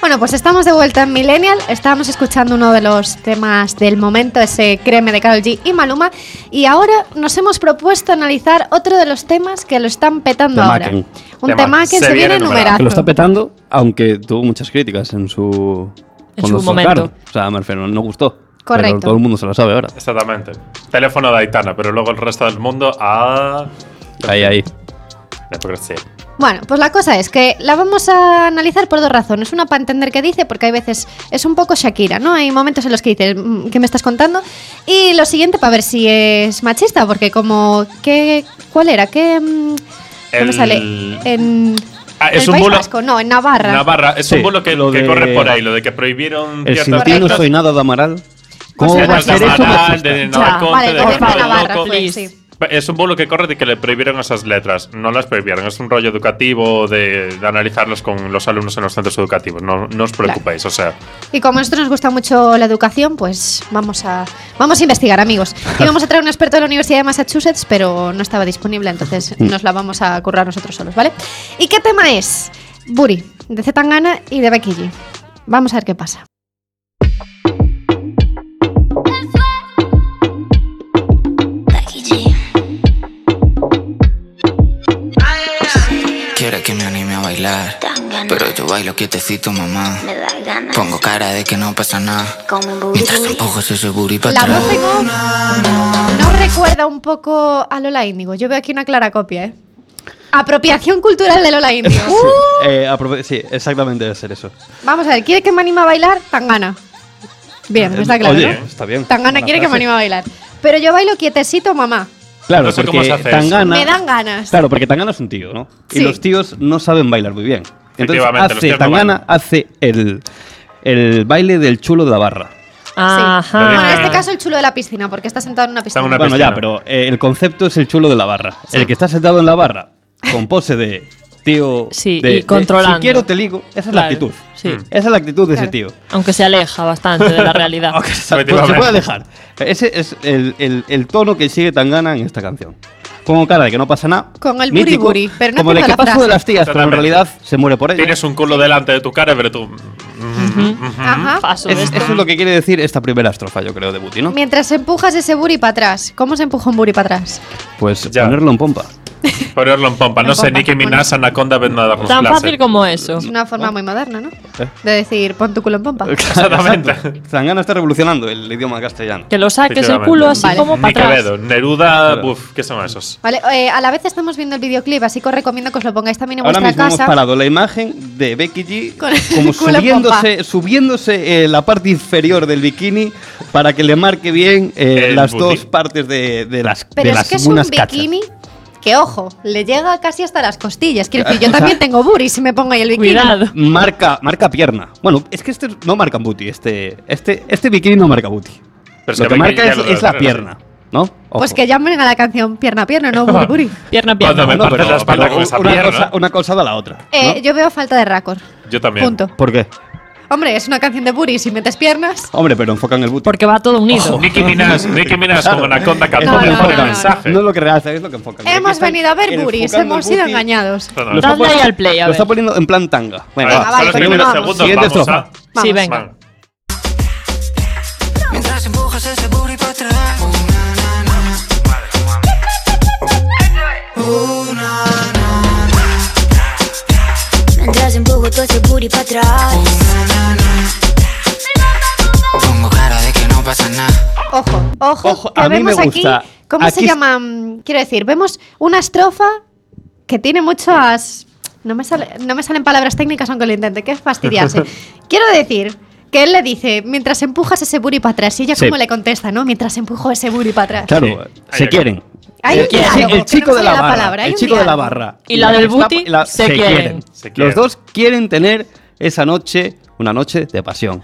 Speaker 2: Bueno, pues estamos de vuelta en Millennial. Estábamos escuchando uno de los temas del momento, ese Créeme de Karol G y Maluma. Y ahora nos hemos propuesto analizar otro de los temas que lo están petando ahora.
Speaker 5: Temaquen.
Speaker 2: Un
Speaker 3: Tema-
Speaker 2: tema que se,
Speaker 3: se
Speaker 2: viene
Speaker 3: viene numerado.
Speaker 5: Que lo está
Speaker 2: numerazo.
Speaker 5: petando, aunque tuvo muchas críticas en su.
Speaker 4: En
Speaker 5: cuando
Speaker 4: su
Speaker 5: lo sacaron.
Speaker 4: momento.
Speaker 5: O sea, me refiero, no gustó.
Speaker 2: Correcto.
Speaker 5: Pero todo el mundo se lo sabe ahora.
Speaker 3: Exactamente. Teléfono de Aitana, pero luego el resto del mundo ah, a.
Speaker 5: Ahí, ahí.
Speaker 3: La hipocresía.
Speaker 2: Bueno, pues la cosa es que la vamos a analizar por dos razones. Una para entender qué dice, porque hay veces es un poco Shakira, ¿no? Hay momentos en los que dices, "Mm, ¿qué me estás contando? Y lo siguiente para ver si es machista, porque como, ¿qué, ¿cuál era? ¿Qué, mm, ¿Cómo
Speaker 3: El-
Speaker 2: sale? En
Speaker 3: Ah, es
Speaker 2: el
Speaker 3: un
Speaker 2: País
Speaker 3: bulo-
Speaker 2: Vasco, no, en Navarra.
Speaker 3: Navarra, es un
Speaker 5: Sí,
Speaker 3: bulo que,
Speaker 5: lo
Speaker 3: que
Speaker 5: de-
Speaker 3: corre por ahí, lo de que prohibieron
Speaker 5: El sin
Speaker 3: ciertas
Speaker 5: ti no
Speaker 3: cosas.
Speaker 5: soy nada de Amaral. ¿Cómo
Speaker 2: Pues
Speaker 5: va
Speaker 3: Ciertas
Speaker 5: a
Speaker 2: nada
Speaker 5: ser
Speaker 2: de
Speaker 5: eso?
Speaker 3: Amaral,
Speaker 5: machista?
Speaker 3: de
Speaker 4: Ya,
Speaker 3: Navarro Conte,
Speaker 2: vale,
Speaker 3: de
Speaker 2: el gobierno
Speaker 3: Fernando
Speaker 2: de Navarra,
Speaker 3: Loco.
Speaker 2: fue,
Speaker 4: please.
Speaker 2: sí.
Speaker 3: Es un bulo que corre de que le prohibieron esas letras. No las prohibieron. Es un rollo educativo de, de analizarlos con los alumnos en los centros educativos. No, no os preocupéis. O sea,
Speaker 2: Y como a nosotros nos gusta mucho la educación, pues vamos a, vamos a investigar, amigos. Y vamos a traer un experto de la Universidad de Massachusetts, pero no estaba disponible, entonces nos la vamos a currar nosotros solos, ¿vale? ¿Y qué tema es? Buri, de Zetangana y de Becky G. Vamos a ver qué pasa.
Speaker 1: Quiere que me anime a bailar, pero yo bailo quietecito, mamá.
Speaker 9: Me da ganas
Speaker 1: Pongo cara de que no pasa nada,
Speaker 9: como un booty
Speaker 1: mientras empujas ese booty para
Speaker 2: La
Speaker 1: atrás.
Speaker 2: voz en off no recuerda un poco a Lola Índigo. Yo veo aquí una clara copia, ¿eh? Apropiación cultural de Lola Índigo.
Speaker 5: Eh, aprove- sí, exactamente debe ser eso.
Speaker 2: Vamos a ver, ¿quiere que me anime a bailar? Tangana. Bien, está claro.
Speaker 5: Oye, eh.
Speaker 2: ¿no?
Speaker 5: está bien.
Speaker 2: Tangana
Speaker 5: Buena
Speaker 2: quiere que me
Speaker 5: frase.
Speaker 2: anime a bailar. Pero yo bailo quietecito, mamá.
Speaker 5: Claro,
Speaker 3: No sé cómo
Speaker 5: porque
Speaker 3: se hace eso.
Speaker 5: Tangana.
Speaker 2: Me dan ganas.
Speaker 5: Claro, porque Tangana es un tío, ¿no?
Speaker 2: Sí.
Speaker 5: Y los tíos no saben bailar muy bien. Entonces
Speaker 3: Efectivamente, los
Speaker 5: hace,
Speaker 3: tíos no
Speaker 5: Tangana
Speaker 3: bailan.
Speaker 5: hace el, el baile del chulo de la barra.
Speaker 2: Sí.
Speaker 3: Lo
Speaker 4: Ajá.
Speaker 3: dice-
Speaker 2: Bueno, en este caso el chulo de la piscina, porque está sentado en una
Speaker 3: Está
Speaker 2: piscina.
Speaker 3: en una-
Speaker 5: bueno,
Speaker 3: piscina.
Speaker 5: ya, pero eh, el concepto es el chulo de la barra. El que está sentado en la barra con pose de tío.
Speaker 4: Sí,
Speaker 5: de-
Speaker 4: y
Speaker 5: de,
Speaker 4: controlando.
Speaker 5: si quiero, te ligo. Esa es la
Speaker 4: Claro,
Speaker 5: actitud.
Speaker 4: sí.
Speaker 3: Mm.
Speaker 5: Esa es la actitud de
Speaker 2: Claro.
Speaker 5: ese tío.
Speaker 4: Aunque se aleja bastante de la realidad.
Speaker 5: Aunque se,
Speaker 3: Efectivamente.
Speaker 5: se puede alejar. Ese es el, el- el tono que sigue Tangana en esta canción. Pongo cara de que no pasa nada.
Speaker 2: Con el
Speaker 5: mítico,
Speaker 2: buri buri, pero no
Speaker 5: Como el
Speaker 2: entiendo la
Speaker 5: equipazo
Speaker 2: frase.
Speaker 5: de las tías, pero en
Speaker 3: Totalmente.
Speaker 5: realidad se muere por ella.
Speaker 3: tienes un culo delante de tu cara, pero tú.
Speaker 2: Ajá.
Speaker 4: Paso de
Speaker 5: Es-
Speaker 4: esto.
Speaker 5: eso es lo que quiere decir esta primera estrofa, yo creo, de Buti, ¿no?
Speaker 2: Mientras empujas ese buri para atrás. ¿Cómo se empuja un buri para atrás?
Speaker 5: Pues
Speaker 3: Ya.
Speaker 5: ponerlo en pompa.
Speaker 3: Ponerlo en pompa. No
Speaker 2: En
Speaker 3: sé,
Speaker 2: pompa.
Speaker 3: Nicki Minaj, Anaconda, ven a darnos
Speaker 4: Tan
Speaker 3: clase.
Speaker 4: fácil como eso.
Speaker 2: Es una forma muy moderna, ¿no?
Speaker 5: Eh.
Speaker 2: De decir, pon tu culo en pompa.
Speaker 3: Exactamente.
Speaker 5: Exacto. Tangana está revolucionando el idioma castellano.
Speaker 4: Que lo saques el culo así
Speaker 2: Vale.
Speaker 4: como para
Speaker 3: Ni
Speaker 4: atrás.
Speaker 3: Quevedo, Neruda,
Speaker 5: Claro.
Speaker 3: buf, ¿qué son esos?
Speaker 2: Vale, eh, a la vez estamos viendo el videoclip, así que os recomiendo que os lo pongáis también en
Speaker 5: Ahora mismo
Speaker 2: vuestra
Speaker 5: hemos
Speaker 2: casa.
Speaker 5: parado la imagen de Becky G
Speaker 2: Con el
Speaker 5: como
Speaker 2: culo en
Speaker 5: subiéndose, subiéndose eh, la parte inferior del bikini para que le marque bien eh,
Speaker 3: El
Speaker 5: las
Speaker 3: buti.
Speaker 5: dos partes de, de las de
Speaker 2: Pero es
Speaker 5: las
Speaker 2: que es un
Speaker 5: unas cachas.
Speaker 2: bikini que, ojo, le llega casi hasta las costillas. Quiero decir, yo también tengo buri si me pongo ahí el bikini.
Speaker 4: Cuidado.
Speaker 5: Marca, marca pierna. Bueno, es que este no marca booty, este, este, este bikini no marca booty.
Speaker 3: Pero es que
Speaker 5: lo que
Speaker 3: Becky
Speaker 5: marca
Speaker 3: ya
Speaker 5: es,
Speaker 3: lo debe
Speaker 5: es la
Speaker 3: tener, sí.
Speaker 5: pierna, ¿no?
Speaker 2: Pues
Speaker 5: Ojo.
Speaker 2: que llamen a la canción pierna a pierna, no buri buri.
Speaker 4: Pierna a
Speaker 3: Cuando
Speaker 4: pierna.
Speaker 3: me
Speaker 5: No,
Speaker 3: partes
Speaker 5: pero-
Speaker 3: la espalda
Speaker 5: pero
Speaker 3: con esa
Speaker 5: una
Speaker 3: pierna.
Speaker 5: cosa- una cosa da la otra.
Speaker 2: Eh,
Speaker 5: ¿no?
Speaker 2: Yo veo falta de récord.
Speaker 3: Yo también.
Speaker 2: Punto.
Speaker 5: ¿Por qué?
Speaker 2: Hombre, es una canción de buri si metes piernas.
Speaker 5: Hombre, pero enfocan el booty.
Speaker 4: Porque va todo unido.
Speaker 3: Nicki Minaj, Nicki Minaj con Anaconda
Speaker 2: No,
Speaker 3: cantó
Speaker 2: no,
Speaker 3: el
Speaker 2: no, no, no.
Speaker 3: mensaje.
Speaker 5: No es lo que realza, es lo que enfocan. Aquí
Speaker 2: Hemos
Speaker 5: están
Speaker 2: venido a ver buris,
Speaker 5: enfocando
Speaker 2: hemos
Speaker 5: el
Speaker 2: sido
Speaker 5: booty.
Speaker 2: engañados.
Speaker 3: No, no,
Speaker 5: Lo
Speaker 3: no.
Speaker 5: está
Speaker 4: Dadle ahí
Speaker 5: poniendo-
Speaker 4: al play, a
Speaker 5: Lo
Speaker 4: ver.
Speaker 5: está poniendo en plan tanga. Bueno,
Speaker 3: Venga,
Speaker 5: va.
Speaker 2: vale,
Speaker 3: son los primeros segundos,
Speaker 2: continuamos.
Speaker 5: Siguiente
Speaker 3: vamos
Speaker 5: estrofa.
Speaker 3: a-
Speaker 4: Sí,
Speaker 2: Vamos.
Speaker 4: venga.
Speaker 3: Vale.
Speaker 1: Mientras empujas ese booty para atrás.
Speaker 9: Mientras empujo todo ese booty para atrás.
Speaker 1: Pongo cara de que no pasa nada,
Speaker 2: Ojo, ojo,
Speaker 5: Ojo,
Speaker 2: que
Speaker 5: a mí
Speaker 2: vemos
Speaker 5: me gusta.
Speaker 2: aquí. ¿Cómo se
Speaker 5: Aquí-
Speaker 2: llama? Mm, Quiero decir, vemos una estrofa que tiene muchas. No me, sale- no me salen palabras técnicas aunque lo intente, que es fastidiarse. Quiero decir que él le dice, mientras empujas ese buri para atrás, y ella
Speaker 5: Sí.
Speaker 2: como le contesta, ¿no? Mientras empujo ese buri para atrás.
Speaker 5: Claro,
Speaker 3: Sí, ahí
Speaker 5: se
Speaker 3: acaba.
Speaker 5: quieren.
Speaker 2: Hay un
Speaker 5: Se quieren, sí,
Speaker 2: diálogo, que
Speaker 5: el
Speaker 2: no
Speaker 5: chico
Speaker 2: me
Speaker 5: de
Speaker 2: sale
Speaker 5: la
Speaker 2: la
Speaker 5: barra.
Speaker 2: palabra, hay
Speaker 5: el
Speaker 2: un
Speaker 5: chico de la
Speaker 2: diálogo.
Speaker 5: barra.
Speaker 4: Y la del
Speaker 5: Gestapo
Speaker 4: booty,
Speaker 5: y la-
Speaker 4: se quieren.
Speaker 3: Se quieren.
Speaker 5: Los dos quieren tener esa noche, una noche de pasión.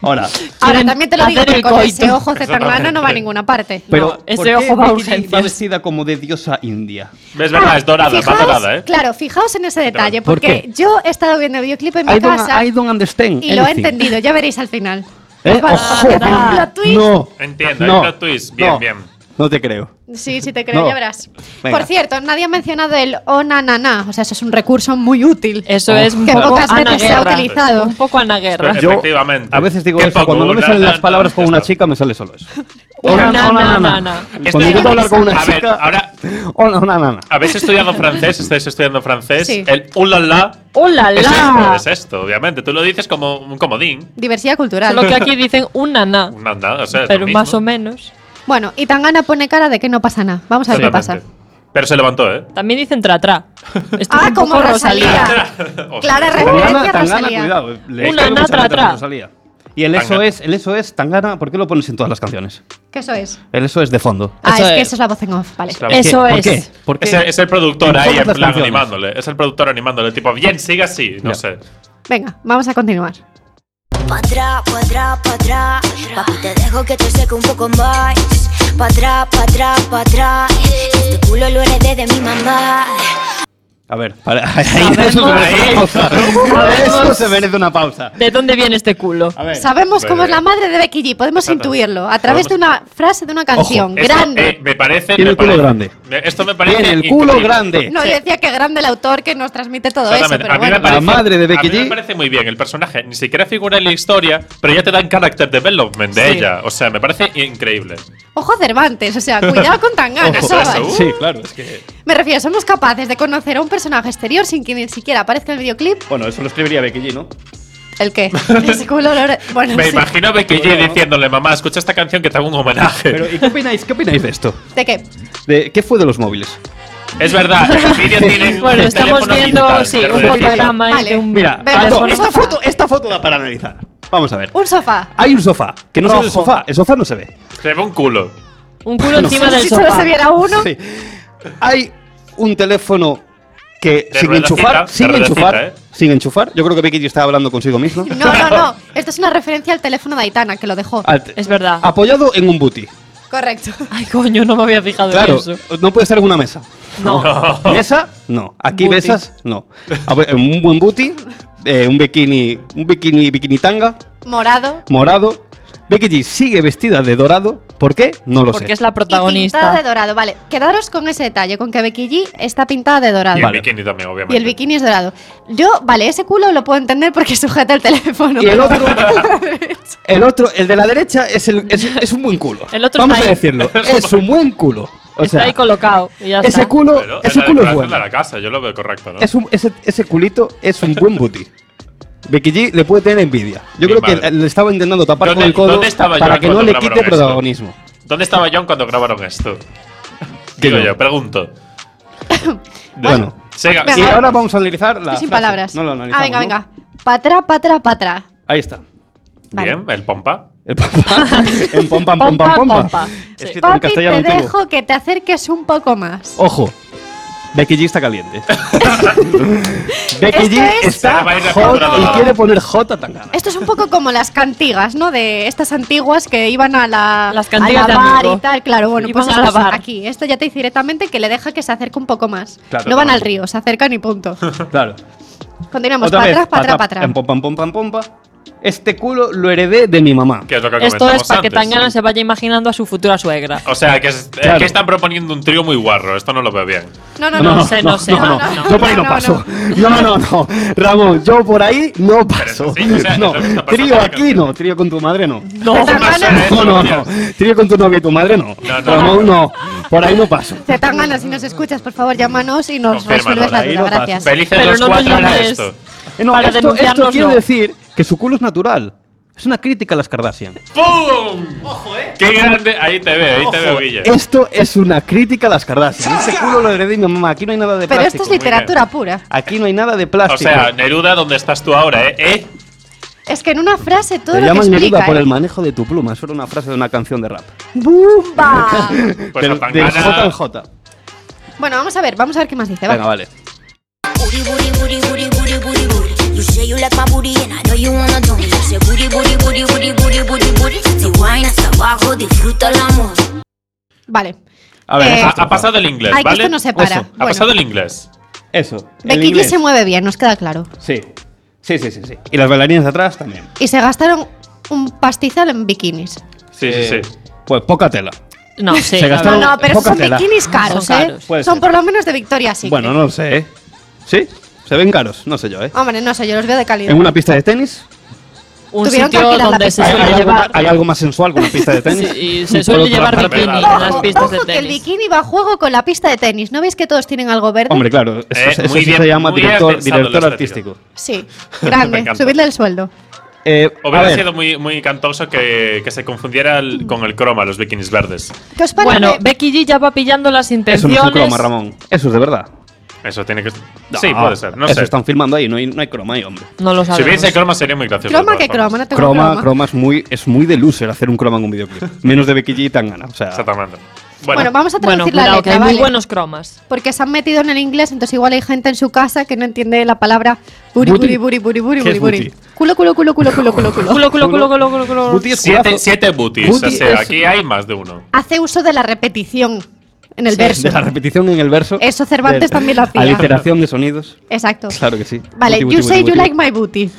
Speaker 5: Ahora,
Speaker 2: Ahora
Speaker 4: Quieren
Speaker 2: también te lo digo
Speaker 4: hacer
Speaker 2: que
Speaker 4: el
Speaker 2: con ese
Speaker 4: coito.
Speaker 2: ojo hermano no va a ninguna parte.
Speaker 5: pero
Speaker 4: No, ese
Speaker 5: ¿por qué
Speaker 4: ojo va a
Speaker 5: Becky G
Speaker 4: urgencias.
Speaker 5: vestida como de diosa india.
Speaker 3: ¿Ves? Verdad, es dorada,
Speaker 2: Fijaos-
Speaker 3: va dorada, ¿eh?
Speaker 2: Claro, fijaos en ese detalle,
Speaker 5: ¿Por
Speaker 2: porque
Speaker 5: qué?
Speaker 2: yo he estado viendo el videoclip en mi
Speaker 5: I don't,
Speaker 2: casa
Speaker 5: I don't understand.
Speaker 2: y lo he
Speaker 5: anything.
Speaker 2: entendido, ya veréis al final.
Speaker 5: ¿Eh?
Speaker 2: Os va a
Speaker 5: Ojo,
Speaker 2: dar un plot twist.
Speaker 5: Ah, No.
Speaker 3: Entiendo,
Speaker 5: no,
Speaker 3: hay plot twist. Bien,
Speaker 5: no,
Speaker 3: bien.
Speaker 5: No te creo.
Speaker 2: Sí, sí te creo,
Speaker 5: No.
Speaker 2: ya verás.
Speaker 5: Venga.
Speaker 2: Por cierto, nadie ha mencionado el oh na na na, o sea, eso es un recurso muy útil.
Speaker 4: Eso
Speaker 5: Oh,
Speaker 4: es un
Speaker 2: que
Speaker 4: poco
Speaker 2: pocas
Speaker 4: Ana
Speaker 2: veces se ha
Speaker 4: Guerra.
Speaker 2: utilizado.
Speaker 4: Un poco Ana Guerra.
Speaker 3: Espera, Efectivamente.
Speaker 5: A veces digo
Speaker 3: Eh, Qué
Speaker 5: eso,
Speaker 3: poco,
Speaker 5: cuando no me
Speaker 3: una-
Speaker 5: salen las
Speaker 3: na-
Speaker 5: palabras con una
Speaker 3: esto.
Speaker 5: chica, me sale solo eso.
Speaker 4: Una
Speaker 5: Hola, hola,
Speaker 4: nana,
Speaker 5: nana.
Speaker 4: nana.
Speaker 5: Cuando
Speaker 3: Estoy-
Speaker 5: intento hablar con una
Speaker 3: a ver,
Speaker 5: chica-
Speaker 3: ahora,
Speaker 5: Hola, hola, nana.
Speaker 3: ¿habéis estudiado francés? ¿Estáis estudiando francés?
Speaker 2: Sí.
Speaker 3: El ulala
Speaker 4: ¡Hola,
Speaker 3: eh, es esto,
Speaker 4: la!
Speaker 3: es esto, obviamente. Tú lo dices como un comodín.
Speaker 2: Diversidad cultural.
Speaker 4: Solo que aquí dicen un nana.
Speaker 3: Una nada, o sea, es lo
Speaker 4: Pero
Speaker 3: mismo.
Speaker 4: más o menos.
Speaker 2: Bueno, y Tangana pone cara de que no pasa nada. Vamos a ver qué pasa.
Speaker 3: Totalmente. Pero se levantó, ¿eh?
Speaker 4: También dicen tra-tra. Esto es
Speaker 2: Ah,
Speaker 4: un
Speaker 2: como
Speaker 4: poco
Speaker 2: Rosalía.
Speaker 3: Hostia.
Speaker 2: Clara referencia
Speaker 5: Tangana,
Speaker 2: a
Speaker 5: Tangana,
Speaker 2: Rosalía.
Speaker 5: cuidado. Le
Speaker 4: Una
Speaker 5: escribe mucho
Speaker 4: natra
Speaker 5: a Natalia
Speaker 4: atrás.
Speaker 5: Rosalía. Y el
Speaker 3: Tangana.
Speaker 5: eso es, el eso es, Tangana, ¿por qué lo pones en todas las canciones?
Speaker 2: ¿Qué eso es?
Speaker 5: El eso es de fondo.
Speaker 2: Ah,
Speaker 4: Eso
Speaker 2: es que
Speaker 4: es.
Speaker 2: eso es la voz en off, vale.
Speaker 3: Es la-
Speaker 5: ¿Por qué?
Speaker 4: Eso
Speaker 5: ¿Por
Speaker 4: es.
Speaker 5: qué? ¿Por qué?
Speaker 3: Es el, es el productor
Speaker 5: En
Speaker 3: ahí, en
Speaker 5: todas las
Speaker 3: plan
Speaker 5: canciones.
Speaker 3: animándole. Es el productor animándole, tipo, bien, sigue así. No
Speaker 5: Ya.
Speaker 3: sé.
Speaker 2: Venga, vamos a continuar.
Speaker 9: Pa' atrás, pa' atrás, pa' atrás. Papi, te dejo que te seque un poco más. Pa' atrás, pa' atrás, pa' atrás. Este culo lo heredé de mi mamá.
Speaker 5: A ver, para, eso se merece una pausa. Eso se merece una pausa.
Speaker 4: ¿De dónde viene este culo?
Speaker 5: A ver.
Speaker 2: Sabemos cómo es la madre de Becky G, podemos
Speaker 3: Exacto.
Speaker 2: intuirlo a través de una frase de una canción.
Speaker 3: Esto,
Speaker 2: grande.
Speaker 3: eh, me parece.
Speaker 5: Tiene
Speaker 3: me
Speaker 5: el culo
Speaker 3: parece-
Speaker 5: grande.
Speaker 3: me- Esto me parece.
Speaker 5: Tiene el culo
Speaker 3: increíble.
Speaker 5: grande.
Speaker 2: no, yo decía que grande el autor que nos transmite todo eso,
Speaker 3: eh, Exactamente.
Speaker 2: pero
Speaker 3: A mí me
Speaker 2: bueno.
Speaker 3: parece,
Speaker 5: La madre de Becky
Speaker 3: a mí me
Speaker 5: G.
Speaker 3: parece muy bien el personaje. Ni siquiera figura en la historia, pero ya te dan character development de
Speaker 4: Sí.
Speaker 3: ella. O sea, me parece increíble.
Speaker 2: Ojo Cervantes, o sea, cuidado con Tangana,
Speaker 3: Ojo,
Speaker 2: chaval.
Speaker 3: eso, uh.
Speaker 5: Sí, claro, es que.
Speaker 2: Me refiero, somos capaces de conocer a un personaje exterior sin que ni siquiera aparezca en el videoclip.
Speaker 5: Bueno, eso lo escribiría Becky G, ¿no?
Speaker 2: ¿El qué? Ese culo lo- Bueno,
Speaker 3: Me
Speaker 2: sí.
Speaker 3: imagino a Becky G
Speaker 5: Bueno.
Speaker 3: diciéndole, mamá, escucha esta canción que te hago un homenaje.
Speaker 5: Pero, ¿y qué opináis, qué opináis de esto?
Speaker 2: ¿De qué?
Speaker 5: ¿De ¿Qué fue de los móviles?
Speaker 3: es verdad, el vídeo tiene un
Speaker 4: Bueno, estamos
Speaker 3: teléfono
Speaker 4: viendo
Speaker 3: digital,
Speaker 4: sí,
Speaker 3: quiero
Speaker 4: un
Speaker 3: decir.
Speaker 4: fotograma
Speaker 2: Vale.
Speaker 4: de este, un.
Speaker 5: Mira,
Speaker 2: Venga,
Speaker 5: Aldo,
Speaker 2: un
Speaker 5: esta
Speaker 2: sofá.
Speaker 5: foto, esta foto da para analizar. Vamos a ver.
Speaker 2: Un sofá.
Speaker 5: Hay un sofá, que no se ve el
Speaker 4: Rojo.
Speaker 5: sofá, el sofá no se ve.
Speaker 3: Se ve un culo.
Speaker 4: Un culo encima
Speaker 2: No sé
Speaker 4: del
Speaker 2: si solo
Speaker 4: sofá.
Speaker 2: se viera uno.
Speaker 5: Sí. Hay un teléfono que
Speaker 3: De
Speaker 5: sin
Speaker 3: ruedacita,
Speaker 5: enchufar,
Speaker 3: de
Speaker 5: sin
Speaker 3: ruedacita,
Speaker 5: enchufar,
Speaker 3: ¿eh?
Speaker 5: sin enchufar. Yo creo que Becky G estaba hablando consigo misma.
Speaker 2: No, no, no. Esto es una referencia al teléfono de Aitana, que lo dejó.
Speaker 5: Al te-
Speaker 4: Es verdad.
Speaker 5: Apoyado en un booty.
Speaker 2: Correcto.
Speaker 4: Ay, coño, no me había fijado
Speaker 5: Claro,
Speaker 4: en eso.
Speaker 5: no puede ser en una mesa.
Speaker 4: No.
Speaker 5: ¿Mesa? No. Aquí
Speaker 4: Booty.
Speaker 5: mesas, no. A ver, un buen booty, eh, un bikini, un bikini, bikini tanga,
Speaker 2: Morado.
Speaker 5: morado. Becky G sigue vestida de dorado. ¿Por qué? No lo
Speaker 4: Porque
Speaker 5: sé.
Speaker 4: es la
Speaker 2: Y pintada de
Speaker 4: protagonista.
Speaker 2: dorado. Vale, quedaros con ese detalle, con que Becky G está pintada de dorado.
Speaker 3: Y
Speaker 5: Vale.
Speaker 3: el bikini también, obviamente.
Speaker 2: Y el bikini es dorado. Yo, vale, ese culo lo puedo entender porque sujeta el teléfono.
Speaker 5: Y el otro, el otro, el de la derecha es, el, es, es un buen culo.
Speaker 4: El otro
Speaker 5: Vamos
Speaker 4: está
Speaker 5: a
Speaker 4: ahí.
Speaker 5: decirlo, es un buen culo. O
Speaker 4: Está
Speaker 5: sea,
Speaker 4: ahí colocado. Y ya
Speaker 5: ese
Speaker 4: está.
Speaker 5: culo,
Speaker 3: Pero
Speaker 5: ese
Speaker 3: la
Speaker 5: culo es
Speaker 3: decoración
Speaker 5: bueno.
Speaker 3: de la casa, yo lo veo correcto, ¿no?
Speaker 5: Es un- ese, ese culito es un buen booty. Becky G le puede tener envidia. Yo
Speaker 3: Mi
Speaker 5: creo
Speaker 3: madre.
Speaker 5: que le estaba intentando tapar con
Speaker 3: ¿Dónde-
Speaker 5: el codo
Speaker 3: dónde estaba yo
Speaker 5: para que no
Speaker 3: cuando
Speaker 5: le
Speaker 3: grabaron
Speaker 5: quite
Speaker 3: esto?
Speaker 5: protagonismo.
Speaker 3: ¿Dónde estaba John cuando grabaron esto? Digo
Speaker 5: no.
Speaker 3: yo, pregunto.
Speaker 5: Bueno.
Speaker 3: Siga,
Speaker 2: Venga.
Speaker 5: Y
Speaker 3: siga.
Speaker 5: ahora vamos a analizar la.
Speaker 2: Estoy sin
Speaker 5: frase.
Speaker 2: palabras.
Speaker 5: No lo
Speaker 2: ah,
Speaker 5: analizamos,
Speaker 2: venga,
Speaker 5: ¿no?
Speaker 2: venga. Patra, patra, patra.
Speaker 5: Ahí está.
Speaker 2: Vale.
Speaker 3: Bien, el pompa.
Speaker 5: El pompa. en pompa, en pompa,
Speaker 4: Pompa,
Speaker 5: en pompa.
Speaker 4: pompa. Sí.
Speaker 5: Escrito en
Speaker 2: Papi,
Speaker 5: castellano Oh.
Speaker 2: te
Speaker 5: antiguo.
Speaker 2: dejo que te acerques un poco más.
Speaker 5: Ojo. Becky G está caliente. Becky
Speaker 2: Esto
Speaker 5: G
Speaker 2: es-
Speaker 5: está
Speaker 3: Se va a ir de
Speaker 5: hot
Speaker 3: control.
Speaker 5: y quiere poner J tan gana.
Speaker 2: Esto es un poco como las cantigas, ¿no? De estas antiguas que iban a la,
Speaker 4: Las cantigas
Speaker 2: a
Speaker 4: de
Speaker 2: la bar
Speaker 4: amigo.
Speaker 2: y tal. Claro, bueno,
Speaker 4: Iban
Speaker 2: pues
Speaker 4: a
Speaker 2: esto
Speaker 4: la
Speaker 2: es
Speaker 4: bar.
Speaker 2: aquí. Esto ya te dice directamente que le deja que se acerque un poco más.
Speaker 5: Claro,
Speaker 2: no van
Speaker 5: claro.
Speaker 2: al río, se acercan y punto.
Speaker 5: Claro.
Speaker 2: Continuamos, para atrás, para atrás, para atrás.
Speaker 5: En pompa, en pompa, en pompa. Este culo lo heredé de mi mamá.
Speaker 3: Que es lo que
Speaker 4: Esto es
Speaker 3: comentamos
Speaker 4: para que
Speaker 3: antes.
Speaker 4: Tangana se vaya imaginando a su futura suegra.
Speaker 3: O sea, que, es- eh,
Speaker 5: Claro.
Speaker 3: que están proponiendo un trío muy guarro. Esto no lo veo bien.
Speaker 2: No, no, no.
Speaker 4: No, sé, sé,
Speaker 5: No, no,
Speaker 4: no,
Speaker 5: no,
Speaker 4: no.
Speaker 5: yo por ahí no
Speaker 2: No,
Speaker 5: paso. No, no, no, no. Ramón, yo por ahí no paso.
Speaker 3: sí, o sea,
Speaker 5: no,
Speaker 3: eso está pasando
Speaker 5: trío
Speaker 3: acá.
Speaker 5: aquí no, trío con tu madre no.
Speaker 4: No.
Speaker 5: No, no, no. Trío con tu novia y tu madre no.
Speaker 3: No, no.
Speaker 5: Ramón no, por ahí no paso.
Speaker 2: Se tan ganas si nos escuchas, por favor, llámanos y nos
Speaker 3: Confírmalo,
Speaker 2: resuelves la
Speaker 5: ahí
Speaker 2: duda.
Speaker 5: no pasa.
Speaker 2: Gracias.
Speaker 3: Felices
Speaker 4: Pero
Speaker 3: los
Speaker 4: no nos
Speaker 3: cuatro en
Speaker 4: llames.
Speaker 3: esto.
Speaker 5: Eh, No,
Speaker 4: Para
Speaker 5: esto, esto
Speaker 4: denunciarnos,
Speaker 5: quiere
Speaker 4: no.
Speaker 5: decir que su culo es natural. Es una crítica a las Kardashian.
Speaker 3: ¡Pum!
Speaker 10: Ojo, eh.
Speaker 3: ¡Qué grande! Ahí te veo, ahí te veo, Guille.
Speaker 5: Esto es una crítica a las Kardashian. Ese culo lo heredé de mi mamá. Aquí no hay nada de
Speaker 2: Pero esto
Speaker 5: plástico.
Speaker 2: es literatura pura.
Speaker 5: Aquí no hay nada de
Speaker 3: O
Speaker 5: plástico.
Speaker 3: sea, Neruda, ¿dónde estás tú ahora, eh? ¿Eh?
Speaker 2: Es que en una frase todo
Speaker 5: Te
Speaker 2: lo que
Speaker 5: llaman Neruda
Speaker 2: explica.
Speaker 5: por
Speaker 2: ¿eh?
Speaker 5: el manejo de tu pluma. Eso era una frase de una canción de rap.
Speaker 2: ¡Bumba!
Speaker 3: Pues
Speaker 5: del,
Speaker 3: a Tangana-
Speaker 5: del JJ.
Speaker 2: bueno, vamos a ver, vamos a ver qué más dice.
Speaker 5: Venga,
Speaker 2: va.
Speaker 5: vale.
Speaker 9: Booty, booty, booty, booty, booty, booty, booty. You say you like my booty and I know you wanna do me. You say booty, booty, booty, booty, booty, booty, booty. Te wine hasta abajo, disfruta el amor.
Speaker 2: Vale.
Speaker 5: A ver,
Speaker 2: Eh,
Speaker 3: Ha, ha pasado el inglés,
Speaker 2: Ay, que
Speaker 3: ¿vale?
Speaker 2: esto no se para.
Speaker 5: Pues Eso. Ha
Speaker 3: Ha
Speaker 2: Bueno,
Speaker 3: pasado el inglés.
Speaker 5: Eso. el
Speaker 2: Becky G
Speaker 5: inglés.
Speaker 2: se mueve bien, nos queda claro.
Speaker 5: Sí. Sí, sí, sí, sí. Y las bailarinas de atrás también.
Speaker 2: Y se gastaron un pastizal en bikinis.
Speaker 3: Sí, sí,
Speaker 5: Eh,
Speaker 3: sí.
Speaker 5: Pues poca tela.
Speaker 4: No sé.
Speaker 5: Se
Speaker 4: la
Speaker 5: gastaron-
Speaker 4: verdad.
Speaker 2: no, no, pero esos
Speaker 5: poca
Speaker 2: son
Speaker 5: tela.
Speaker 2: bikinis caros,
Speaker 4: Son
Speaker 2: ¿eh?
Speaker 4: caros.
Speaker 5: Puede
Speaker 2: Son
Speaker 5: ser.
Speaker 2: por lo menos de Victoria Secret.
Speaker 5: Bueno, no lo sé, ¿eh? ¿Sí? Se ven caros, no sé yo, ¿eh?
Speaker 2: Hombre, no sé, yo los veo de calidad.
Speaker 5: ¿En una pista de tenis?
Speaker 4: Un
Speaker 2: Tuvieron que
Speaker 4: sitio
Speaker 2: alquilar la
Speaker 4: donde se
Speaker 2: pista.
Speaker 5: ¿Hay,
Speaker 4: suele
Speaker 5: hay algo,
Speaker 4: llevar.
Speaker 5: hay algo más sensual que una pista de tenis?
Speaker 4: Sí, y se
Speaker 5: Por
Speaker 4: suele
Speaker 5: otra
Speaker 4: llevar
Speaker 5: parte-
Speaker 4: bikini en
Speaker 3: Ojo,
Speaker 4: las pistas
Speaker 2: Ojo,
Speaker 4: de
Speaker 2: ojo que el
Speaker 4: tenis.
Speaker 2: bikini va a juego con la pista de tenis. ¿No veis que todos tienen algo verde?
Speaker 5: Hombre, claro, eso,
Speaker 3: Eh,
Speaker 5: eso
Speaker 3: muy
Speaker 5: sí
Speaker 3: bien,
Speaker 5: se llama
Speaker 3: muy bien
Speaker 5: director,
Speaker 3: pensado
Speaker 5: director
Speaker 3: lo
Speaker 5: artístico.
Speaker 2: Sí,
Speaker 3: Me
Speaker 2: grande.
Speaker 3: encanta.
Speaker 2: Subidle el sueldo.
Speaker 5: Eh, a
Speaker 3: Hubiera
Speaker 5: ver,
Speaker 3: sido muy, muy cantoso que, que se confundiera el- con el croma, los bikinis verdes.
Speaker 2: ¿Qué os parece?
Speaker 4: Bueno, Becky G ya va pillando las
Speaker 5: eso no
Speaker 4: intenciones.
Speaker 5: es un croma, Ramón. Eso es de verdad.
Speaker 3: Eso tiene que. sí,
Speaker 5: No,
Speaker 3: puede ser. No
Speaker 5: eso
Speaker 3: sé.
Speaker 5: están filmando ahí, no hay, no hay croma ahí, hombre.
Speaker 4: No lo
Speaker 3: Si
Speaker 4: sabemos.
Speaker 3: hubiese croma sería muy gracioso.
Speaker 2: croma
Speaker 3: de
Speaker 2: que
Speaker 3: todas formas.
Speaker 2: croma, no tengo croma.
Speaker 5: Croma, croma es muy, es muy de loser hacer un croma en un videoclip. Menos de Becky G y Tangana. O sea,
Speaker 3: Exactamente.
Speaker 2: Bueno,
Speaker 3: Bueno,
Speaker 2: vamos a
Speaker 4: Bueno,
Speaker 2: traducir la
Speaker 4: cuidado, que
Speaker 2: letra,
Speaker 4: hay muy
Speaker 2: ¿vale?
Speaker 4: buenos cromas.
Speaker 2: Porque se han metido en el inglés, entonces igual hay gente en su casa que no entiende la palabra buri
Speaker 5: Booty.
Speaker 2: buri buri buri buri
Speaker 5: ¿Qué
Speaker 2: buri
Speaker 5: es
Speaker 2: buri.
Speaker 5: booty?
Speaker 2: Culo culo culo culo culo culo culo.
Speaker 4: Culo, culo, culo, culo, culo, culo.
Speaker 5: Guti es
Speaker 3: siete,
Speaker 5: culazo
Speaker 3: siete booties.
Speaker 5: Booty
Speaker 3: o sea,
Speaker 5: es-
Speaker 3: aquí hay más de uno.
Speaker 2: Hace uso de la repetición en el
Speaker 5: de
Speaker 2: verso.
Speaker 5: la repetición en el verso.
Speaker 2: Eso Cervantes
Speaker 5: de-
Speaker 2: también lo hacía.
Speaker 5: Aliteración de sonidos.
Speaker 2: Exacto.
Speaker 5: Claro que sí.
Speaker 2: Vale,
Speaker 5: Guti,
Speaker 2: you
Speaker 5: guti,
Speaker 2: say
Speaker 5: guti,
Speaker 2: you
Speaker 5: guti.
Speaker 2: like my booty.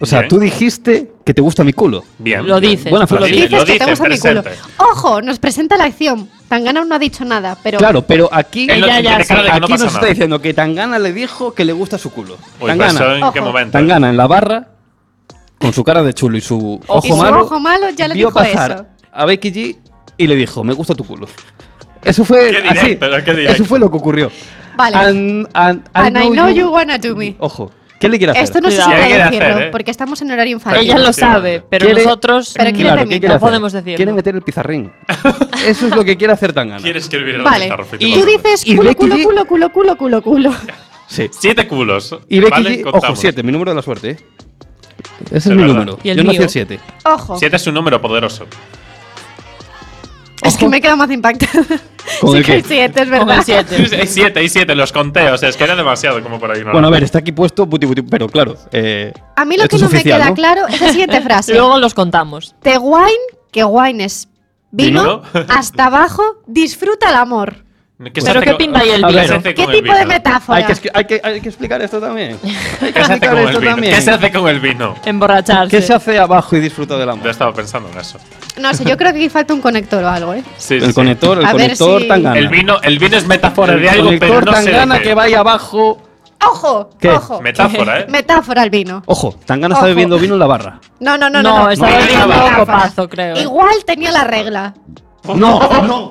Speaker 5: O sea,
Speaker 3: Bien.
Speaker 5: tú dijiste que te gusta mi culo.
Speaker 3: Bien.
Speaker 4: Lo dices.
Speaker 5: Buena
Speaker 3: Lo
Speaker 5: frase.
Speaker 3: dices,
Speaker 2: Dices que te gusta mi culo.
Speaker 3: presente.
Speaker 2: Ojo, nos presenta la acción. Tangana aún no ha dicho nada, pero
Speaker 5: Claro, pero aquí,
Speaker 3: Él lo
Speaker 4: Ya, ya,
Speaker 3: tiene cara de que no
Speaker 5: aquí
Speaker 3: pasa
Speaker 5: nos está
Speaker 3: nada. pues
Speaker 5: diciendo que Tangana le dijo que le gusta su culo.
Speaker 3: Uy,
Speaker 5: Tangana,
Speaker 3: pero ¿en qué
Speaker 2: Ojo.
Speaker 3: momento?
Speaker 5: Tangana en la barra, con su cara de chulo y su ojo
Speaker 2: y su
Speaker 5: malo,
Speaker 2: ojo malo ya le
Speaker 5: vio
Speaker 2: dijo
Speaker 5: pasar
Speaker 2: eso.
Speaker 5: a Becky G y le dijo, me gusta tu culo. Eso fue
Speaker 3: Qué
Speaker 5: así.
Speaker 3: directo, ¿no? Qué directo.
Speaker 5: Eso fue lo que ocurrió.
Speaker 2: Vale.
Speaker 5: And, and-
Speaker 2: And I know you wanna do me.
Speaker 5: Ojo, ¿qué le quiere hacer?
Speaker 2: Esto no sé si
Speaker 4: Cuidado.
Speaker 3: Hay que
Speaker 2: traducirlo,
Speaker 3: hacer, ¿eh?
Speaker 2: porque estamos en horario infantil.
Speaker 4: Ella lo
Speaker 3: Sí.
Speaker 4: sabe, pero
Speaker 5: Quiere-
Speaker 4: nosotros
Speaker 2: Pero
Speaker 4: mm,
Speaker 2: quiere
Speaker 5: claro,
Speaker 2: meter-
Speaker 5: ¿qué quiere
Speaker 4: no
Speaker 5: hacer?
Speaker 4: podemos decirlo.
Speaker 5: Quiere meter el pizarrín. Eso es lo que quiere hacer Tangana.
Speaker 3: Quiere escribir en la
Speaker 2: Vale.
Speaker 3: pizarra,
Speaker 2: Y tú
Speaker 3: efectivamente.
Speaker 2: dices
Speaker 5: Y
Speaker 2: culo
Speaker 5: Becky
Speaker 2: culo
Speaker 5: G-
Speaker 2: culo culo culo culo culo.
Speaker 5: Sí.
Speaker 3: Siete culos.
Speaker 5: Y Becky
Speaker 3: ¿vale?
Speaker 5: G, ojo,
Speaker 3: Contamos.
Speaker 5: 7, mi número de la suerte, ¿eh? Ese es,
Speaker 3: Es
Speaker 5: mi
Speaker 3: verdad.
Speaker 5: número.
Speaker 4: Y el
Speaker 5: Yo nací
Speaker 4: mío.
Speaker 5: el 7.
Speaker 2: Ojo.
Speaker 3: Siete es un número poderoso.
Speaker 2: Es que me he quedado más impactada.
Speaker 5: ¿Con
Speaker 2: sí
Speaker 5: el
Speaker 2: que
Speaker 5: qué?
Speaker 2: el 7, es
Speaker 4: Con
Speaker 2: verdad.
Speaker 4: el 7.
Speaker 3: Hay siete, hay siete, los conteos. Es que era demasiado como para ignorar.
Speaker 5: Bueno, a ver, está aquí puesto buti buti, pero claro. eh,
Speaker 2: A mí lo que
Speaker 5: esto es
Speaker 2: no
Speaker 5: oficial,
Speaker 2: me queda
Speaker 5: ¿no?
Speaker 2: claro es la siguiente frase.
Speaker 4: Luego los contamos.
Speaker 2: Te wine, que wine es vino,
Speaker 3: Vino.
Speaker 2: hasta abajo, disfruta el amor.
Speaker 3: ¿Qué se
Speaker 4: Pero
Speaker 3: hace
Speaker 4: ¿qué
Speaker 3: con-
Speaker 4: pinta ahí
Speaker 3: ¿qué
Speaker 4: el
Speaker 3: se
Speaker 5: vino?
Speaker 3: hace
Speaker 2: ¿Qué
Speaker 3: con el
Speaker 2: tipo de
Speaker 3: vino?
Speaker 5: Hay
Speaker 2: metáfora?
Speaker 5: que, hay, que, hay que explicar esto también.
Speaker 3: ¿Qué
Speaker 5: Hay que
Speaker 3: se hace
Speaker 5: explicar
Speaker 3: con el
Speaker 5: esto
Speaker 3: vino?
Speaker 5: también.
Speaker 3: ¿Qué se hace con el vino?
Speaker 4: Emborracharse.
Speaker 5: ¿Qué se hace abajo y disfruta del
Speaker 3: Yo
Speaker 5: amor?
Speaker 3: estaba pensando en eso.
Speaker 2: No sé, yo creo que aquí falta un conector o algo, ¿eh?
Speaker 3: Sí,
Speaker 5: El
Speaker 3: sí.
Speaker 5: conector, el
Speaker 2: A ver
Speaker 5: conector
Speaker 2: si-
Speaker 5: tangana.
Speaker 3: El vino, el vino es metáfora de
Speaker 5: El
Speaker 3: algo, pero
Speaker 5: conector
Speaker 3: no sé. de
Speaker 5: tangana
Speaker 3: qué.
Speaker 5: que vaya abajo.
Speaker 2: ¡Ojo!
Speaker 5: ¿Qué?
Speaker 2: ¡Ojo!
Speaker 3: Metáfora, ¿eh?
Speaker 2: Metáfora al vino.
Speaker 5: Ojo, tangana está
Speaker 2: Ojo.
Speaker 5: bebiendo vino en la barra.
Speaker 2: No, no, no,
Speaker 4: No,
Speaker 2: no. no.
Speaker 4: estaba
Speaker 3: No,
Speaker 4: bebiendo
Speaker 3: no, no.
Speaker 4: copazo, creo. ¿eh?
Speaker 2: Igual tenía la regla.
Speaker 5: No, no.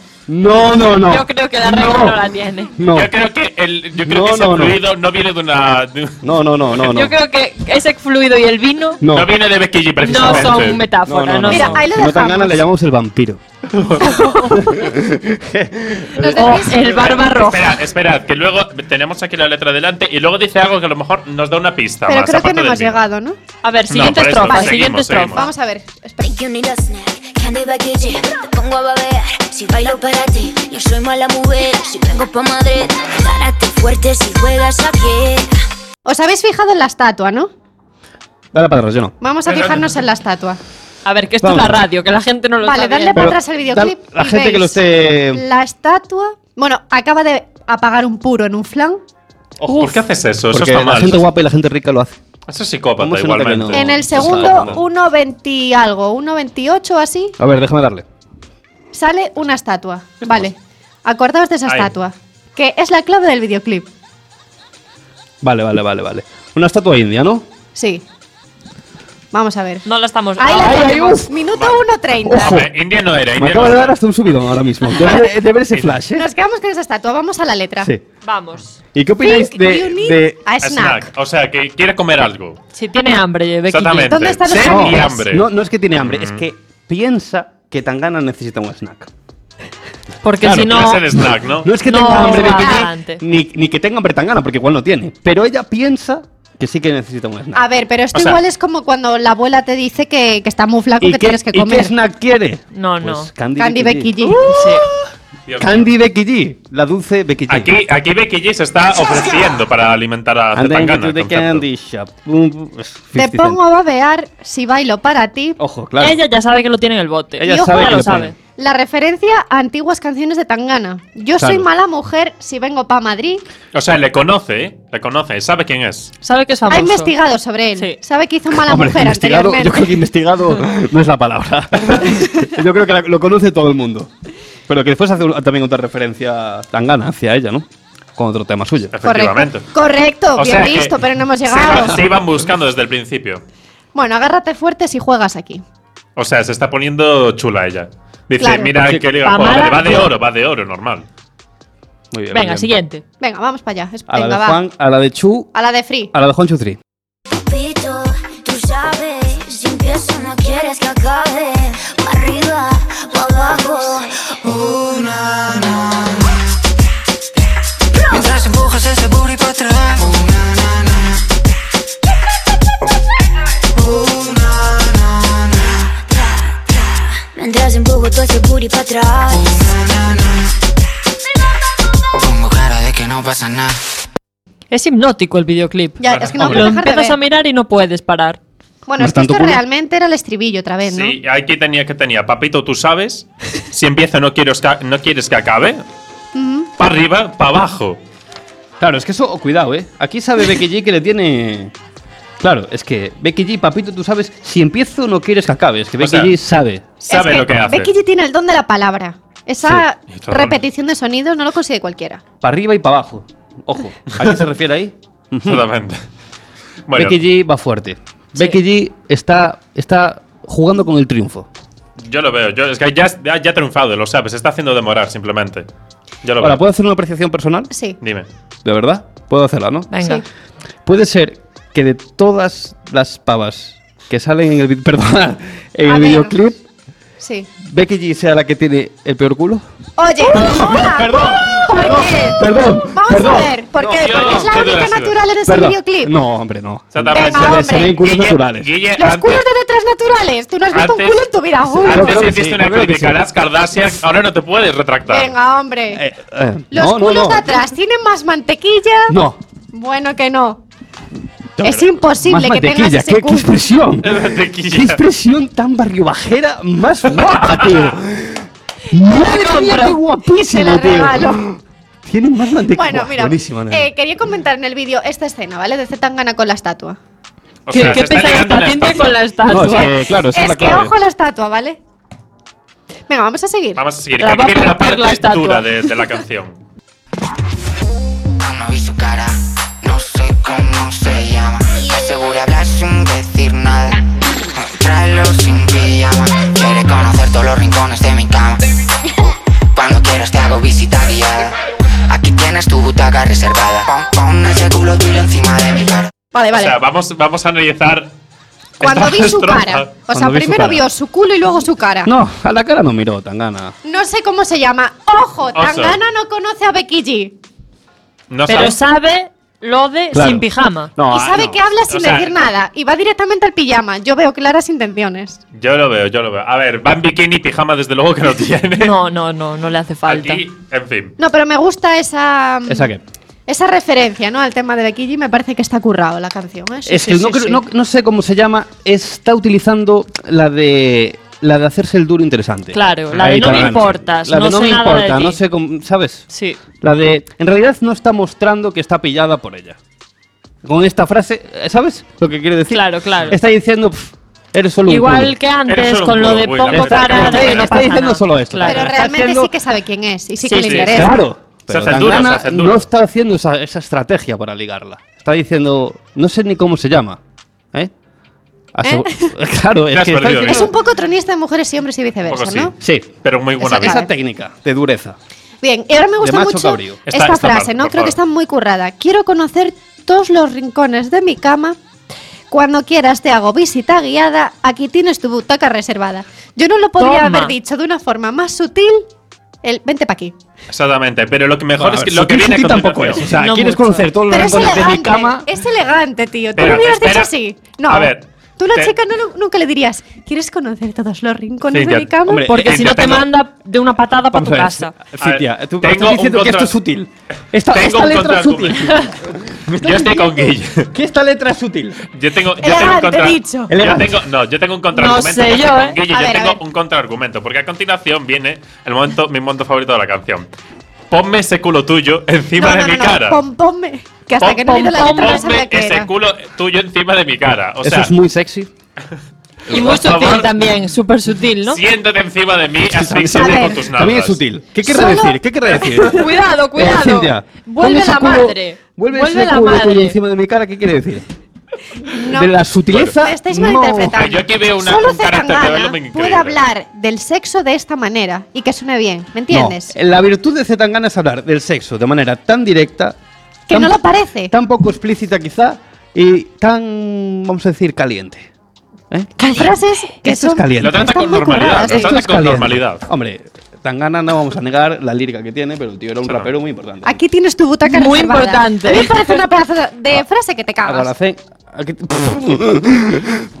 Speaker 5: no, no, no.
Speaker 4: Yo creo que la regla no, la tiene.
Speaker 5: No,
Speaker 3: Yo creo que, el, yo creo
Speaker 5: No,
Speaker 3: que ese
Speaker 5: no, no.
Speaker 3: fluido no viene de una. de un-
Speaker 5: no, no, no, no, no.
Speaker 4: Yo creo que ese fluido y el vino
Speaker 5: No.
Speaker 3: No, viene de Becky G,
Speaker 4: no
Speaker 3: precisamente.
Speaker 4: son metáfora. No,
Speaker 2: no. Mira,
Speaker 4: son.
Speaker 2: ahí lo
Speaker 5: Si no tan
Speaker 2: dejamos.
Speaker 5: ganas le llamamos el vampiro.
Speaker 2: Nos
Speaker 4: O
Speaker 2: decís-
Speaker 4: Oh, el barba roja.
Speaker 3: Espera, esperad, que luego tenemos aquí la letra delante y luego dice algo que a lo mejor nos da una pista.
Speaker 2: Pero
Speaker 3: más,
Speaker 2: creo que
Speaker 3: aparte
Speaker 2: no
Speaker 3: del
Speaker 2: hemos
Speaker 3: vino.
Speaker 2: llegado, ¿no?
Speaker 4: A ver, siguiente
Speaker 3: por eso,
Speaker 4: estrofa,
Speaker 3: vale.
Speaker 4: siguiente
Speaker 3: Seguimos, seguimos.
Speaker 4: estropa.
Speaker 2: Vamos a ver. Espera.
Speaker 9: Think you need a snack, candy baguette Te pongo a babear, si bailo para ti Yo soy mala mujer, si vengo pa' Madrid Párate fuerte si juegas aquí
Speaker 2: Os habéis fijado en la estatua, ¿no?
Speaker 5: Dale para atrás, yo no.
Speaker 2: Vamos a fijarnos en la estatua.
Speaker 4: A ver, que esto
Speaker 5: Vamos.
Speaker 4: es la radio, que la gente no lo
Speaker 2: Vale,
Speaker 4: está
Speaker 2: dadle
Speaker 4: viendo.
Speaker 2: para
Speaker 5: Pero
Speaker 2: atrás el videoclip.
Speaker 5: dale- la
Speaker 2: y
Speaker 5: gente que lo
Speaker 2: veis
Speaker 5: esté-
Speaker 2: La estatua. Bueno, acaba de apagar un puro en un flan.
Speaker 3: Ojo, ¿Por qué haces eso? Eso
Speaker 5: Porque
Speaker 3: está
Speaker 5: la
Speaker 3: mal.
Speaker 5: gente guapa y la gente rica lo hace.
Speaker 3: Eso es psicópata,
Speaker 5: ¿Cómo se nota que
Speaker 3: igualmente.
Speaker 5: no?
Speaker 2: en el
Speaker 5: está
Speaker 2: segundo,
Speaker 5: hablando.
Speaker 2: 1.20 y algo, 1.28 así,
Speaker 5: A ver, déjame darle.
Speaker 2: sale una estatua. Vale. Acordaos de esa
Speaker 3: Ahí.
Speaker 2: estatua. Que es la clave del videoclip.
Speaker 5: Vale, vale, vale, vale. Una estatua india, ¿no?
Speaker 2: Sí. Vamos a ver.
Speaker 4: No pues, la estamos.
Speaker 2: Ahí la
Speaker 5: Ay, ay,
Speaker 2: tenemos.
Speaker 5: uf.
Speaker 2: Minuto
Speaker 5: Ojo.
Speaker 2: 1.30.
Speaker 3: Hombre, India no era,
Speaker 5: Me
Speaker 3: India
Speaker 5: acaba de
Speaker 3: no
Speaker 5: dar
Speaker 3: era.
Speaker 5: hasta un subidón ahora mismo. De ver, de ver ese flash, ¿eh?
Speaker 2: Nos quedamos con esa estatua. Vamos a la letra.
Speaker 5: Sí.
Speaker 4: Vamos.
Speaker 5: ¿Y qué opináis
Speaker 2: Think
Speaker 5: de,
Speaker 2: you need
Speaker 5: de-
Speaker 2: a snack.
Speaker 3: Snack. O sea, que quiere comer algo.
Speaker 4: Si tiene hambre, Becky.
Speaker 3: Exactamente.
Speaker 2: ¿Dónde están los
Speaker 3: Sed y
Speaker 2: alimentos?
Speaker 3: hambre.
Speaker 5: No, no es que tiene hambre,
Speaker 3: Mm.
Speaker 5: es que piensa que Tangana necesita un snack.
Speaker 4: G. Porque
Speaker 3: Claro,
Speaker 4: si no.
Speaker 3: quiere ser snack, ¿no?
Speaker 5: No es que
Speaker 4: No,
Speaker 5: tenga hambre
Speaker 4: va
Speaker 5: Becky G,
Speaker 4: adelante.
Speaker 5: ni, ni que tenga hambre Tangana, porque igual no tiene. Pero ella piensa que sí que necesita un snack.
Speaker 2: A ver, pero esto
Speaker 3: O sea-
Speaker 2: igual es como cuando la abuela te dice que, que está muy flaco
Speaker 5: ¿Y
Speaker 2: que
Speaker 5: qué,
Speaker 2: tienes que
Speaker 5: y qué
Speaker 2: comer.
Speaker 5: snack quiere? Pues
Speaker 4: No, no.
Speaker 5: Candy,
Speaker 2: Candy Becky G.
Speaker 4: Uh, Sí.
Speaker 3: Dios mío.
Speaker 5: Candy Becky G, la dulce Becky G.
Speaker 3: Aquí, aquí Becky G se está ofreciendo para alimentar a
Speaker 5: And then
Speaker 3: Zetangana.
Speaker 5: you do the
Speaker 3: concepto.
Speaker 5: candy shop. Boom, boom. 50
Speaker 2: Te
Speaker 5: cent.
Speaker 2: pongo a babear si bailo para ti.
Speaker 5: Ojo, claro.
Speaker 4: Ella ya sabe que lo tiene en el bote.
Speaker 5: Ella
Speaker 2: Y ojo,
Speaker 5: Oh, sabe
Speaker 4: ya
Speaker 5: que
Speaker 4: lo
Speaker 5: le
Speaker 4: sabe.
Speaker 5: pone.
Speaker 2: La referencia a antiguas canciones de Tangana. Yo soy
Speaker 5: Claro.
Speaker 2: mala mujer si vengo pa' Madrid.
Speaker 3: O sea, le conoce, ¿eh? Le conoce, sabe quién es.
Speaker 4: Sabe que es famoso.
Speaker 2: Ha investigado sobre él.
Speaker 4: Sí.
Speaker 2: Sabe que hizo mala
Speaker 5: Hombre,
Speaker 2: mujer
Speaker 5: investigado,
Speaker 2: anteriormente.
Speaker 5: yo creo que investigado no es la palabra. yo creo que la- lo conoce todo el mundo. Pero que después hace un- también otra referencia tangana hacia ella, ¿no? Con otro tema suyo.
Speaker 3: Efectivamente.
Speaker 2: Correcto, correcto
Speaker 3: O
Speaker 2: bien
Speaker 3: sea que
Speaker 2: visto, pero no hemos
Speaker 3: se
Speaker 2: llegado.
Speaker 3: iba- Se, iban buscando desde el principio.
Speaker 2: Bueno, agárrate fuerte si juegas aquí.
Speaker 3: O sea, se está poniendo chula ella. Dice,
Speaker 2: Claro.
Speaker 3: mira
Speaker 5: Pues Sí.
Speaker 3: qué liga
Speaker 4: Pamara-
Speaker 3: juega. Va de oro, va de oro, normal.
Speaker 5: Muy bien, muy
Speaker 4: Venga,
Speaker 5: bien.
Speaker 4: siguiente.
Speaker 2: Venga, vamos para allá. Es-
Speaker 5: A la
Speaker 2: venga,
Speaker 5: de
Speaker 2: va.
Speaker 5: Juan, a la de Chu,
Speaker 2: A la de Free.
Speaker 5: a la de Juan Chutri.
Speaker 9: Pito, tú sabes, si empiezo no quieres que acabe. Pa' arriba, pa' abajo.
Speaker 8: Mientras empujas ese booty para atrás.
Speaker 9: Mientras empujo todo ese booty para atrás.
Speaker 8: Pongo cara de que no pasa nada.
Speaker 4: Es hipnótico el videoclip.
Speaker 2: Ya, es que no
Speaker 3: Hombre.
Speaker 2: puedo
Speaker 4: Lo
Speaker 2: dejar de
Speaker 4: empiezas
Speaker 2: ver.
Speaker 4: a mirar y no puedes parar.
Speaker 2: Bueno,
Speaker 5: No
Speaker 2: es
Speaker 5: es
Speaker 2: que
Speaker 5: tanto
Speaker 2: esto
Speaker 5: culo.
Speaker 2: realmente era el estribillo otra vez, ¿no?
Speaker 3: Sí, aquí tenía que tenía. Papito, tú sabes. Si empieza no, quiero esca- no quieres que acabe. Para arriba, para abajo.
Speaker 5: Claro, es que eso, cuidado, ¿eh? Aquí sabe Becky G que le tiene... Claro, es que Becky G, papito, tú sabes, si empiezo no quieres que acabe. Es que
Speaker 3: O
Speaker 5: Becky
Speaker 3: sea,
Speaker 5: G sabe.
Speaker 3: Sabe
Speaker 2: Es
Speaker 3: lo que hace.
Speaker 2: Becky G tiene el don de la palabra. Esa
Speaker 3: Sí, está bueno.
Speaker 2: repetición de sonidos no lo consigue cualquiera.
Speaker 5: Para arriba y para abajo. Ojo, ¿a qué se refiere ahí?
Speaker 3: Exactamente. Bueno,
Speaker 5: Becky G va fuerte. Becky G está, está jugando con el triunfo.
Speaker 3: yo lo veo. Yo, es que ya, ya, ya ha triunfado, lo sabes. Se está haciendo demorar, simplemente. Yo lo
Speaker 5: Ahora,
Speaker 3: veo.
Speaker 5: ¿puedo hacer una apreciación personal?
Speaker 2: Sí.
Speaker 3: Dime.
Speaker 5: ¿De verdad? Puedo hacerla, ¿no?
Speaker 4: Venga.
Speaker 2: Sí.
Speaker 5: Puede ser que de todas las pavas que salen en el, vi- perdona, en
Speaker 2: A
Speaker 5: el
Speaker 2: ver.
Speaker 5: videoclip,
Speaker 2: Sí.
Speaker 5: Becky G sea la que tiene el peor culo.
Speaker 2: Oye, hola.
Speaker 5: Perdón,
Speaker 2: ¿Por qué?
Speaker 5: Perdón,
Speaker 2: Vamos
Speaker 5: perdón.
Speaker 2: a ver, ¿por qué?
Speaker 3: No,
Speaker 2: Porque es
Speaker 3: qué
Speaker 2: la única
Speaker 3: duración.
Speaker 2: natural en ese
Speaker 5: Perdón.
Speaker 2: videoclip.
Speaker 5: No, hombre, no. Eh,
Speaker 3: Exactamente.
Speaker 2: Venga,
Speaker 5: Se ven
Speaker 2: hombre.
Speaker 5: culos
Speaker 3: Guille-
Speaker 5: naturales.
Speaker 3: Guille,
Speaker 2: Los
Speaker 3: antes-
Speaker 2: culos de detrás naturales. Tú no has visto un culo en tu vida, Julio.
Speaker 5: Yo creo
Speaker 3: Antes
Speaker 5: que
Speaker 3: hiciste
Speaker 5: sí,
Speaker 3: una
Speaker 5: yo creo que
Speaker 3: crítica a
Speaker 5: sí.
Speaker 3: las Kardashian, ahora no te puedes retractar.
Speaker 2: Venga, hombre.
Speaker 5: Eh, eh,
Speaker 2: Los
Speaker 5: no, no,
Speaker 2: culos
Speaker 5: no.
Speaker 2: de atrás tienen más mantequilla.
Speaker 5: No.
Speaker 2: Bueno que no.
Speaker 5: No,
Speaker 2: es
Speaker 5: pero-
Speaker 2: imposible
Speaker 5: Más
Speaker 2: que tengas
Speaker 5: mantequilla,
Speaker 2: ese
Speaker 5: qué, qué
Speaker 2: culo.
Speaker 5: expresión. qué
Speaker 3: Mantequilla.
Speaker 5: expresión tan barriobajera más guapa, tío. Madre mía, qué
Speaker 2: Te la
Speaker 5: guapísimo,
Speaker 2: regalo.
Speaker 5: tío. Tienen más mantequilla.
Speaker 2: Bueno,
Speaker 5: Buah,
Speaker 2: mira,
Speaker 5: Buenísima, nena.
Speaker 2: eh, quería comentar en el vídeo esta escena, ¿vale? De Zetangana con la estatua.
Speaker 3: O
Speaker 4: ¿Qué,
Speaker 3: sea,
Speaker 4: qué
Speaker 3: se está
Speaker 4: pensáis que
Speaker 3: llegando
Speaker 4: está
Speaker 3: la
Speaker 4: haciendo
Speaker 3: estatua.
Speaker 4: con la estatua?
Speaker 5: No, es que, claro, esa es,
Speaker 2: eh, es
Speaker 5: la
Speaker 2: que
Speaker 5: clave.
Speaker 2: ojo a la estatua, ¿vale? Venga, vamos a seguir.
Speaker 3: Vamos a seguir.
Speaker 4: La
Speaker 3: que
Speaker 4: va a
Speaker 3: aquí viene la
Speaker 4: romper
Speaker 3: parte
Speaker 4: la estatua.
Speaker 3: dura de, de la canción.
Speaker 10: No vi su cara, no sé cómo se llama. Asegura hablar sin decir nada. Tráelo sin pijama. Quiere conocer todos los rincones de mi cama. Cuando quieras te hago visita guiada. Aquí tienes tu butaca reservada. Pon, pon ese culo tuyo encima de mi cara.
Speaker 2: Vale, vale.
Speaker 3: O sea, vamos, vamos a analizar.
Speaker 2: Cuando
Speaker 3: esta
Speaker 2: vi su
Speaker 3: estrofa.
Speaker 2: cara. O sea,
Speaker 5: Cuando vi su
Speaker 2: primero
Speaker 5: cara.
Speaker 2: vio su culo y luego su cara.
Speaker 5: No, a la cara no miró, tan gana.
Speaker 2: No sé cómo se llama. Ojo, Tangana no conoce a Becky G.
Speaker 3: No
Speaker 4: Pero
Speaker 3: sabes.
Speaker 4: sabe lo de
Speaker 5: Claro.
Speaker 4: sin pijama.
Speaker 5: No,
Speaker 2: y
Speaker 5: ah,
Speaker 2: sabe
Speaker 5: no.
Speaker 2: que habla sin
Speaker 3: O sea,
Speaker 2: decir nada. Y va directamente al pijama. Yo veo claras intenciones.
Speaker 3: Yo lo veo, yo lo veo. A ver, va en bikini, pijama, desde luego que no tiene.
Speaker 4: No, no, no, no le hace falta.
Speaker 3: Aquí, en fin.
Speaker 2: No, pero me gusta esa. mm,
Speaker 5: ¿Esa qué?
Speaker 2: esa referencia, ¿no? Al tema de Becky G. Me parece que está currado la canción. ¿eh? Sí,
Speaker 5: es
Speaker 2: sí,
Speaker 5: que
Speaker 2: sí,
Speaker 5: no, creo-
Speaker 2: sí.
Speaker 5: no- no sé cómo se llama, está utilizando la de la de hacerse el duro interesante.
Speaker 4: Claro, la de no
Speaker 5: tan
Speaker 4: me
Speaker 5: gana.
Speaker 4: importas,
Speaker 5: La de
Speaker 4: no
Speaker 5: no
Speaker 4: sé
Speaker 5: me
Speaker 4: nada
Speaker 5: importa,
Speaker 4: de ti.
Speaker 5: no sé cómo, ¿sabes?
Speaker 4: Sí.
Speaker 5: La de en realidad no está mostrando que está pillada por ella. Con esta frase, eh, ¿sabes lo que quiere decir?
Speaker 4: Claro, claro.
Speaker 5: Está diciendo, "Pf, eres solo un
Speaker 4: Igual
Speaker 5: culo".
Speaker 4: que
Speaker 3: Eres
Speaker 4: antes
Speaker 3: solo un
Speaker 4: con lo
Speaker 3: culo,
Speaker 4: de
Speaker 3: güey, la
Speaker 4: pongo
Speaker 3: verdad.
Speaker 4: cara
Speaker 5: Está-
Speaker 4: de que
Speaker 5: está
Speaker 4: no pasa
Speaker 5: diciendo
Speaker 4: nada.
Speaker 5: solo esto.
Speaker 4: Claro.
Speaker 2: Pero
Speaker 5: está
Speaker 2: realmente
Speaker 5: haciendo-
Speaker 2: sí que sabe quién es. Y sí,
Speaker 4: Sí,
Speaker 2: que
Speaker 4: sí,
Speaker 2: le interesa.
Speaker 5: Claro.
Speaker 3: Se
Speaker 5: Pero
Speaker 3: hacen duros,
Speaker 5: Tangana
Speaker 3: se hacen
Speaker 5: no
Speaker 3: duros.
Speaker 5: está haciendo esa, esa estrategia para ligarla. está diciendo, no sé ni cómo se llama. ¿Eh?
Speaker 4: ¿Eh?
Speaker 5: Asegu- Claro,
Speaker 3: Te
Speaker 5: es
Speaker 3: has
Speaker 5: que está
Speaker 3: perdido,
Speaker 5: diciendo-
Speaker 2: Es un poco tronista de mujeres y hombres y viceversa,
Speaker 3: poco sí.
Speaker 2: ¿no?
Speaker 5: Sí,
Speaker 3: Pero muy buena
Speaker 5: esa,
Speaker 3: vida.
Speaker 5: esa técnica de dureza.
Speaker 2: Bien, y ahora me gusta
Speaker 5: macho
Speaker 2: mucho
Speaker 5: cabrío.
Speaker 2: esta,
Speaker 3: Está- está mal,
Speaker 2: frase, ¿no?
Speaker 3: por
Speaker 2: Creo
Speaker 3: favor.
Speaker 2: que está muy currada. Quiero conocer todos los rincones de mi cama. Cuando quieras te hago visita guiada. Aquí tienes tu butaca reservada. Yo no lo podría
Speaker 4: Toma.
Speaker 2: haber dicho de una forma más sutil. El, vente pa' aquí.
Speaker 3: Exactamente, pero lo que mejor es
Speaker 5: Bueno, a
Speaker 3: que
Speaker 5: ver,
Speaker 3: lo que
Speaker 5: sutil,
Speaker 3: viene a
Speaker 5: sutil tampoco Ah, es. O
Speaker 3: continuación.
Speaker 5: sea,
Speaker 4: No
Speaker 5: quieres
Speaker 4: mucho.
Speaker 5: conocer todos los
Speaker 2: Pero es
Speaker 5: rincones de
Speaker 2: elegante.
Speaker 5: mi cama.
Speaker 2: Es elegante, tío. Tú
Speaker 3: Espera,
Speaker 2: lo hubieras
Speaker 3: espera.
Speaker 2: dicho así. No.
Speaker 3: A ver,
Speaker 2: Tú, la
Speaker 3: te-
Speaker 2: chica, no- no- nunca le dirías, ¿quieres conocer todos los rincones
Speaker 3: Cintia,
Speaker 2: de mi cama?
Speaker 5: hombre,
Speaker 4: Porque
Speaker 3: Eh,
Speaker 4: si
Speaker 3: yo
Speaker 4: no te
Speaker 3: tengo-
Speaker 4: manda de una patada para tu casa.
Speaker 5: Cintia,
Speaker 3: A ver,
Speaker 5: tú
Speaker 3: tengo
Speaker 5: estás diciendo
Speaker 3: un
Speaker 5: que esto
Speaker 3: contra-
Speaker 5: es sutil. Esta,
Speaker 3: Tengo
Speaker 5: esta
Speaker 3: un
Speaker 5: letra es sutil.
Speaker 3: Yo estoy con Guille.
Speaker 5: que esta letra es sutil.
Speaker 3: Yo tengo, yo tengo un
Speaker 2: Elegante,
Speaker 3: contra.
Speaker 2: dicho.
Speaker 3: Yo
Speaker 5: Elegante.
Speaker 3: tengo, no, yo tengo un contraargumento.
Speaker 4: No sé
Speaker 3: estoy
Speaker 4: yo,
Speaker 3: con
Speaker 4: ¿eh?
Speaker 3: Guille,
Speaker 2: A
Speaker 3: yo
Speaker 2: ver, a
Speaker 3: tengo
Speaker 2: ver.
Speaker 3: un contraargumento, porque a continuación viene el momento, mi momento favorito de la canción. Ponme ese culo tuyo encima
Speaker 2: no,
Speaker 3: de
Speaker 2: no,
Speaker 3: mi
Speaker 2: no, no,
Speaker 3: cara.
Speaker 2: pon- ponme. Que hasta
Speaker 3: Pon-
Speaker 2: que no mire la letra no sabía
Speaker 3: Ponme
Speaker 2: qué
Speaker 3: ese
Speaker 2: era.
Speaker 3: culo tuyo encima de mi cara. O
Speaker 5: Eso
Speaker 3: sea,
Speaker 5: es muy sexy.
Speaker 4: Y muy
Speaker 3: Por favor.
Speaker 4: sutil también, súper sutil, ¿no?
Speaker 3: siéntate encima de mí, asfixiate
Speaker 2: ver.
Speaker 3: con tus nalgas.
Speaker 5: También es sutil. ¿Qué querrá
Speaker 2: Solo-
Speaker 5: decir? ¿Qué querrá decir?
Speaker 4: Cuidado,
Speaker 5: Eh, Cintia,
Speaker 4: cuidado.
Speaker 5: ponme
Speaker 4: Vuelve
Speaker 5: ese
Speaker 4: la
Speaker 5: culo-
Speaker 4: madre.
Speaker 5: Vuelve,
Speaker 4: Vuelve
Speaker 5: ese
Speaker 4: la
Speaker 5: culo tuyo
Speaker 4: madre.
Speaker 5: encima de mi cara, ¿qué quiere decir?
Speaker 2: No.
Speaker 5: De la sutileza.
Speaker 2: Me estáis
Speaker 5: no.
Speaker 2: malinterpretando.
Speaker 3: Yo aquí veo una-
Speaker 2: Solo
Speaker 3: un carácter de Bellamy
Speaker 2: Zetangana
Speaker 3: increíble.
Speaker 2: puede hablar del sexo de esta manera y que suene bien, ¿me entiendes?
Speaker 5: No, Eh, La virtud de Zetangana es hablar del sexo de manera tan directa.
Speaker 2: Que
Speaker 5: tan-
Speaker 2: no lo parece.
Speaker 5: Tan poco explícita quizá y tan, vamos a decir, caliente. ¿Eh?
Speaker 2: Frases que
Speaker 5: Esto
Speaker 2: son
Speaker 5: es caliente.
Speaker 3: Lo trata
Speaker 2: Están
Speaker 3: con
Speaker 2: muy
Speaker 3: normalidad.
Speaker 2: curradas,
Speaker 3: Lo
Speaker 2: ¿eh?
Speaker 5: Ah, Esto
Speaker 3: trata
Speaker 5: es
Speaker 3: con
Speaker 5: caliente.
Speaker 3: normalidad.
Speaker 5: Hombre, Tangana no vamos a negar la lírica que tiene, pero el tío era un rapero muy importante.
Speaker 2: Aquí tienes tu butaca
Speaker 4: Muy
Speaker 2: reservada.
Speaker 4: importante. Ah.
Speaker 2: A mí me parece una pedazo de frase que te
Speaker 5: Ahora
Speaker 2: cagas.
Speaker 5: hace- aquí-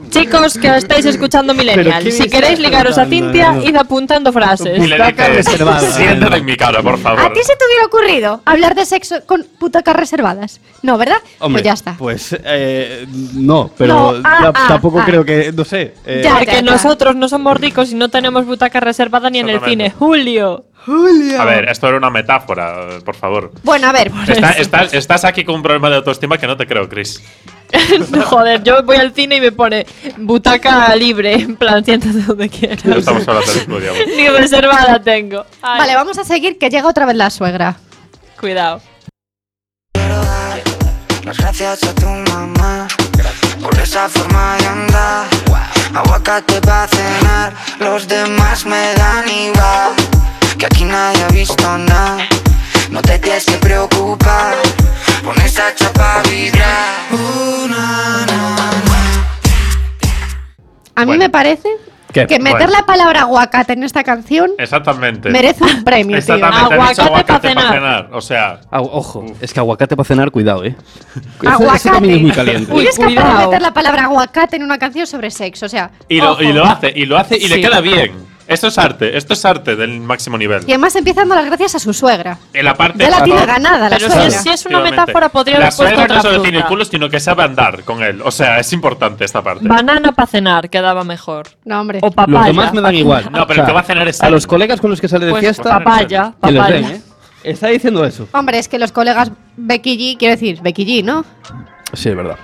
Speaker 4: Chicos que estáis escuchando
Speaker 5: Pero
Speaker 4: Millennial,
Speaker 5: ¿quién
Speaker 4: si
Speaker 5: está
Speaker 4: queréis ligaros a
Speaker 5: cantando?
Speaker 4: Cintia,
Speaker 5: No, no.
Speaker 4: id apuntando
Speaker 3: Y
Speaker 4: frases.
Speaker 3: le
Speaker 5: Butaca
Speaker 3: dices,
Speaker 5: reservada.
Speaker 3: siéntate en mi cara, por favor.
Speaker 2: ¿A ti se te hubiera ocurrido hablar de sexo con butacas reservadas? No, ¿verdad?
Speaker 5: Hombre,
Speaker 2: pues ya está.
Speaker 5: Pues eh, no, pero
Speaker 2: No, ah,
Speaker 5: ta-
Speaker 2: ah,
Speaker 5: tampoco
Speaker 2: ah.
Speaker 5: creo que, no sé. eh,
Speaker 2: Ya,
Speaker 4: Porque nosotros no somos ricos y no tenemos butaca reservada ni en el
Speaker 3: Exactamente.
Speaker 4: cine. Julio.
Speaker 3: A ver, esto era una metáfora, por favor.
Speaker 2: Bueno, a ver.
Speaker 3: Está- está- estás aquí con un problema de autoestima que no te creo, Chris.
Speaker 4: No, joder, yo voy al cine y me pone butaca libre, en plan, siéntate donde
Speaker 3: No
Speaker 4: quieras.
Speaker 3: estamos hablando del estudio.
Speaker 4: Ni reservada tengo. Ay,
Speaker 2: Vale, vamos a seguir que llega otra vez la suegra.
Speaker 4: Cuidado.
Speaker 10: Las gracias a tu mamá por esa forma de andar. Aguacate pa' cenar, los demás me dan igual. Que aquí nadie ha visto nada, no te tienes que preocupar. Pon esa chapa a vibrar. Uh, na, na, na.
Speaker 2: A mí
Speaker 3: Bueno.
Speaker 2: me parece
Speaker 5: ¿Qué?
Speaker 2: que meter
Speaker 3: Bueno. Este.
Speaker 2: la palabra aguacate en esta canción
Speaker 3: Exactamente.
Speaker 2: merece un premio, tío.
Speaker 3: Exactamente. ha dicho
Speaker 4: Aguacate pa'
Speaker 3: pa'
Speaker 4: cenar.
Speaker 3: O sea,
Speaker 5: Ah, ojo, es que aguacate para cenar, cuidado, eh. Eso-
Speaker 2: Aguacate.
Speaker 5: Eso también es muy caliente.
Speaker 4: Uy,
Speaker 2: Uy, es capaz de
Speaker 4: cuidado.
Speaker 2: meter la palabra aguacate en una canción sobre sexo, o sea.
Speaker 3: y lo,
Speaker 4: Ojo.
Speaker 3: y lo hace, y lo hace, y le
Speaker 4: Sí.
Speaker 3: queda bien. Esto es arte, esto es arte del máximo nivel.
Speaker 2: Y además empieza dando las gracias a su suegra.
Speaker 3: En la parte
Speaker 2: Ya la tiene
Speaker 3: Claro.
Speaker 2: ganada la
Speaker 4: Pero
Speaker 2: suegra.
Speaker 4: si es una
Speaker 3: Efectivamente.
Speaker 4: metáfora, podría
Speaker 3: La
Speaker 4: haber puesto
Speaker 3: suegra no
Speaker 4: otra
Speaker 3: solo
Speaker 4: fruta.
Speaker 3: tiene el culo, sino que sabe andar con él. O sea, es importante esta parte.
Speaker 4: Banana para cenar quedaba mejor.
Speaker 2: No, hombre.
Speaker 4: O papaya.
Speaker 5: Los demás me dan igual.
Speaker 3: No, pero el que va a cenar es
Speaker 5: A
Speaker 3: él.
Speaker 5: los colegas con los que sale de
Speaker 4: Pues
Speaker 5: fiesta,
Speaker 4: papaya,
Speaker 5: que los
Speaker 4: papaya.
Speaker 5: den, eh. Está diciendo eso.
Speaker 2: Hombre, es que los colegas Becky G, quiero decir, Becky G, ¿no?
Speaker 5: Sí, es verdad.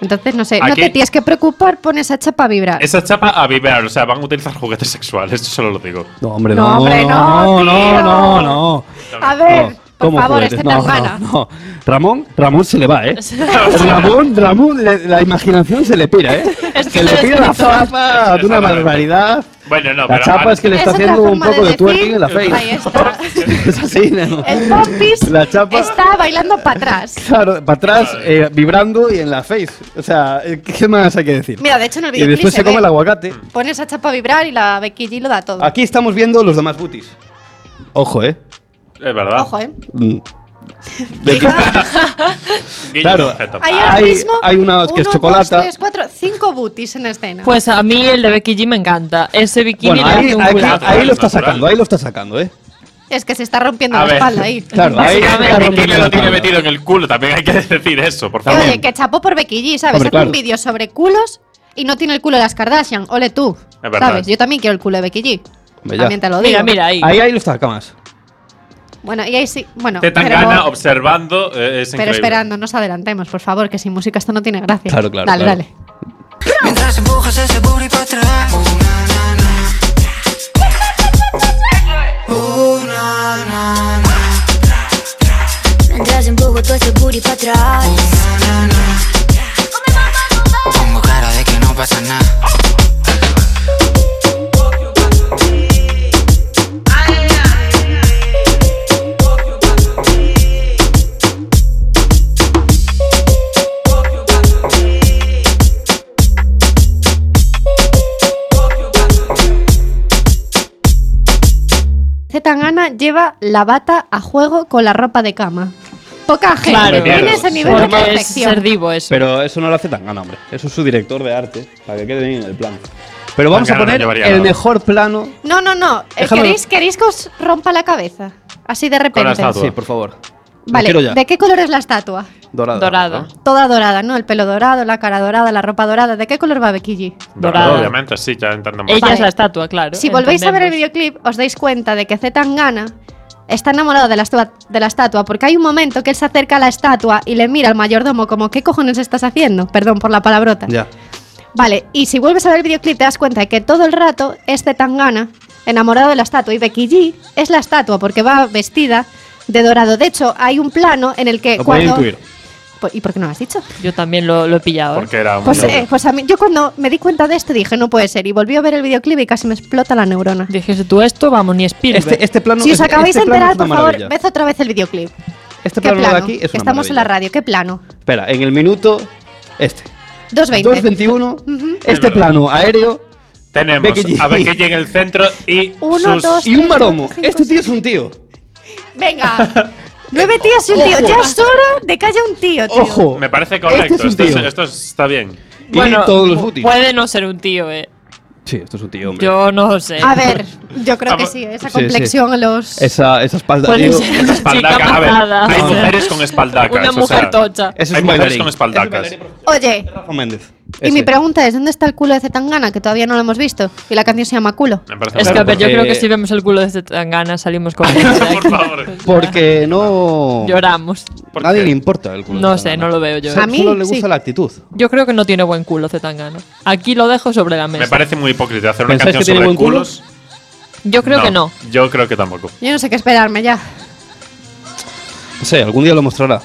Speaker 2: Entonces, no sé, no
Speaker 3: Aquí-
Speaker 2: te tienes que preocupar, pon esa chapa a vibrar.
Speaker 3: Esa chapa a vibrar, o sea, van a utilizar juguetes sexuales, esto solo lo digo.
Speaker 5: No, hombre,
Speaker 2: No,
Speaker 5: no.
Speaker 2: hombre, no,
Speaker 5: no, no,
Speaker 2: tío.
Speaker 5: no, no.
Speaker 2: A
Speaker 5: No,
Speaker 2: ver, por
Speaker 5: ¿cómo
Speaker 2: favor,
Speaker 5: juguetes?
Speaker 2: este
Speaker 5: no,
Speaker 2: Tangana.
Speaker 5: no, no. Ramón, Ramón se le va, eh. Ramón, Ramón, le- la imaginación se le pira, eh.
Speaker 4: Es que
Speaker 5: se le
Speaker 4: lo he
Speaker 5: pira la
Speaker 4: escrito.
Speaker 5: zapa de una barbaridad.
Speaker 3: Bueno, no,
Speaker 5: La
Speaker 3: pero
Speaker 5: chapa
Speaker 3: ahora-
Speaker 5: es que le
Speaker 2: Es
Speaker 5: está
Speaker 2: otra
Speaker 5: haciendo un
Speaker 2: forma
Speaker 5: poco
Speaker 2: de
Speaker 5: de,
Speaker 2: decir-
Speaker 5: twerking en la
Speaker 2: Ahí
Speaker 5: face.
Speaker 2: está.
Speaker 5: Es así, ¿no?
Speaker 2: El Pompis
Speaker 5: La chapa-
Speaker 2: está bailando para atrás.
Speaker 5: Claro, para atrás, eh, vibrando y en la face. O sea, eh, ¿qué más hay que decir?
Speaker 2: Mira, de hecho, en el
Speaker 5: y
Speaker 2: videoclip
Speaker 5: después
Speaker 2: se
Speaker 5: se come
Speaker 2: ve. Mm.
Speaker 5: el aguacate.
Speaker 2: Pon esa chapa a vibrar y la Becky G lo da todo.
Speaker 5: Aquí estamos viendo los demás booties. Ojo, ¿eh?
Speaker 3: Es verdad.
Speaker 2: Ojo, ¿eh?
Speaker 5: Mm.
Speaker 3: Guille,
Speaker 5: Claro.
Speaker 3: objeto.
Speaker 2: Hay ahora
Speaker 5: Hay-
Speaker 2: mismo
Speaker 5: hay una que es
Speaker 2: uno,
Speaker 5: chocolata.
Speaker 2: Dos, tres, cuatro, cinco booties en escena.
Speaker 4: Pues a mí el de Becky G me encanta. Ese bikini
Speaker 5: Bueno,
Speaker 4: le
Speaker 5: ahí,
Speaker 4: hace un
Speaker 5: ahí-
Speaker 4: culazo.
Speaker 5: ahí lo está
Speaker 3: Natural.
Speaker 5: sacando, ahí lo está sacando, ¿eh?
Speaker 2: es que se está rompiendo
Speaker 3: A
Speaker 2: la
Speaker 3: ver.
Speaker 2: espalda ahí.
Speaker 5: Claro, ahí
Speaker 3: Básicamente,
Speaker 5: está
Speaker 3: Guille
Speaker 5: rompiendo
Speaker 3: lo
Speaker 5: la
Speaker 3: tiene
Speaker 5: tabla.
Speaker 3: metido en el culo, también hay que decir eso, por favor.
Speaker 2: Oye, que chapó por Becky G, ¿sabes?
Speaker 5: Hombre,
Speaker 2: Hace
Speaker 5: claro.
Speaker 2: un vídeo sobre culos y no tiene el culo de las Kardashian. Ole tú.
Speaker 3: Es verdad.
Speaker 2: ¿Sabes? Yo también quiero el culo de Becky G.
Speaker 5: Hombre, ya.
Speaker 2: También te lo digo.
Speaker 4: Mira, mira, ahí.
Speaker 5: Ahí, ahí lo saca más.
Speaker 2: Bueno, y ahí sí. Bueno,
Speaker 3: Tetangana observando eh, es
Speaker 2: pero
Speaker 3: increíble.
Speaker 2: esperando, nos adelanteemos, por favor, que sin música esto no tiene gracia.
Speaker 5: Claro, claro,
Speaker 2: Dale,
Speaker 5: claro.
Speaker 2: dale.
Speaker 10: Mientras empujas ese booty para atrás. Uh, na, na, na. Uh, na, na, na.
Speaker 9: Mientras empujas Muevo todo ese booty pa' atrás
Speaker 10: Oh, Na, na, na. Pongo cara de que no pasa nada.
Speaker 2: Zetangana lleva la bata a juego con la ropa de cama. Poca gente
Speaker 4: Claro.
Speaker 2: tiene ese
Speaker 5: Muy
Speaker 2: nivel de
Speaker 4: Porque es ser
Speaker 2: perfección.
Speaker 4: divo eso.
Speaker 5: Pero eso no lo hace tan hombre. Eso es su director de arte, para que quede bien en el plano. Pero vamos a
Speaker 3: Tangana no
Speaker 5: poner
Speaker 3: llevaría
Speaker 5: el
Speaker 3: nada.
Speaker 5: mejor plano.
Speaker 2: No, no, no. Eh,
Speaker 5: Déjalo.
Speaker 2: ¿Queréis, queréis que os rompa la cabeza? Así de
Speaker 3: Con la
Speaker 2: repente.
Speaker 3: estatua.
Speaker 5: Sí, por favor. Lo quiero
Speaker 2: Vale,
Speaker 5: ya.
Speaker 2: ¿de qué color es la estatua?
Speaker 5: Dorado.
Speaker 4: Dorada.
Speaker 2: Toda dorada, ¿no? El pelo dorado, la cara dorada, la ropa dorada. ¿De qué color va Becky G?
Speaker 3: Dorado,
Speaker 4: Dorada.
Speaker 3: obviamente, sí, ya entendemos.
Speaker 4: Ella
Speaker 2: Vale.
Speaker 4: es la estatua, claro.
Speaker 2: Si volvéis a ver el
Speaker 4: entendemos.
Speaker 2: videoclip, os dais cuenta de que Zetangana está enamorado de la, estua- de la estatua, porque hay un momento que él se acerca a la estatua y le mira al mayordomo como, ¿qué cojones estás haciendo? Perdón por la palabrota.
Speaker 5: Ya.
Speaker 2: Vale, y si vuelves a ver el videoclip te das cuenta de que todo el rato es Zetangana enamorado de la estatua y Becky G es la estatua porque va vestida de dorado. De hecho, hay un plano en el que
Speaker 5: Lo podéis
Speaker 2: cuando...
Speaker 5: intuir.
Speaker 2: Pues, ¿Y por qué no lo has dicho?
Speaker 4: Yo también lo, lo he pillado. ¿eh?
Speaker 3: Porque era un
Speaker 2: Pues, eh, pues a mí, yo cuando me di cuenta de esto dije, no puede ser. Y volví a ver el videoclip y casi me explota la neurona.
Speaker 4: Dijese tú esto, vamos, ni Spielberg.
Speaker 5: Este, este plano
Speaker 2: si os
Speaker 5: este-
Speaker 2: acabáis de
Speaker 5: este plano
Speaker 2: enterar,
Speaker 5: es una
Speaker 2: por favor,
Speaker 5: maravilla.
Speaker 2: ved otra vez el videoclip.
Speaker 5: Este
Speaker 2: ¿Qué
Speaker 5: plano,
Speaker 2: plano?
Speaker 5: de aquí es
Speaker 2: Que
Speaker 5: una
Speaker 2: estamos en la
Speaker 5: maravilla.
Speaker 2: radio, ¿qué plano?
Speaker 5: Espera, en el minuto este.
Speaker 2: 2.20.
Speaker 5: 2.21,
Speaker 2: Ujú.
Speaker 3: Es
Speaker 5: este
Speaker 3: verdad.
Speaker 5: plano aéreo
Speaker 3: Tenemos
Speaker 5: Becky G.
Speaker 3: a Becky G en el centro y
Speaker 2: Uno,
Speaker 3: sus-
Speaker 2: dos.
Speaker 5: y un maromo.
Speaker 2: Cinco,
Speaker 5: Este tío es un tío.
Speaker 2: Venga. Nueve tías y un tío. Ya es hora de que haya un tío, tío.
Speaker 5: Ojo.
Speaker 3: Me parece correcto.
Speaker 5: Este es un
Speaker 3: esto, es-
Speaker 5: tío.
Speaker 3: esto está bien.
Speaker 5: Y todos los booties.
Speaker 4: puede no ser un tío, eh.
Speaker 5: Sí, esto es un tío, hombre.
Speaker 4: Yo no sé.
Speaker 2: A ver, yo creo que sí. ¿eh? Esa
Speaker 5: Sí, sí.
Speaker 2: complexión, los.
Speaker 5: Esa, esa espalda,
Speaker 2: Pues
Speaker 4: Puede
Speaker 5: tío.
Speaker 4: ser una
Speaker 3: Espaldaca.
Speaker 4: chica
Speaker 3: A ver,
Speaker 4: mazada,
Speaker 3: hay
Speaker 4: o sea,
Speaker 3: mujeres con espaldacas.
Speaker 4: Una
Speaker 3: o
Speaker 4: mujer
Speaker 3: sea,
Speaker 4: tocha.
Speaker 5: Eso
Speaker 3: Hay
Speaker 5: es un
Speaker 3: mujeres
Speaker 5: bailarín.
Speaker 3: con espaldacas.
Speaker 5: Ese es un
Speaker 2: Oye,
Speaker 5: bailarín. Rafa Méndez.
Speaker 2: y mi
Speaker 5: Ese.
Speaker 2: pregunta es: ¿dónde está el culo de Zetangana? Que todavía no lo hemos visto. Y la canción se llama Culo.
Speaker 3: Me parece
Speaker 4: Es que, a ver, yo
Speaker 5: porque-
Speaker 4: creo que si vemos el culo de Zetangana salimos con
Speaker 3: Por favor.
Speaker 5: Porque no.
Speaker 4: Lloramos.
Speaker 3: ¿Por
Speaker 5: Nadie
Speaker 3: qué?
Speaker 5: le importa el culo.
Speaker 4: No
Speaker 5: de
Speaker 4: sé,
Speaker 5: Tangana.
Speaker 4: no lo veo yo.
Speaker 5: Solo-
Speaker 2: A mí,
Speaker 5: Solo le
Speaker 2: sí.
Speaker 5: gusta la actitud.
Speaker 4: Yo creo que no tiene buen culo Zetangana. Aquí lo dejo sobre la
Speaker 3: Me
Speaker 4: mesa.
Speaker 3: parece muy hipócrita hacer una
Speaker 5: ¿Pensáis
Speaker 3: canción
Speaker 5: que tiene
Speaker 3: sobre
Speaker 5: buen culo?
Speaker 3: culos.
Speaker 4: Yo creo que no.
Speaker 3: Yo creo que tampoco.
Speaker 2: Yo no sé qué esperarme ya.
Speaker 5: No sé, algún día lo mostrará.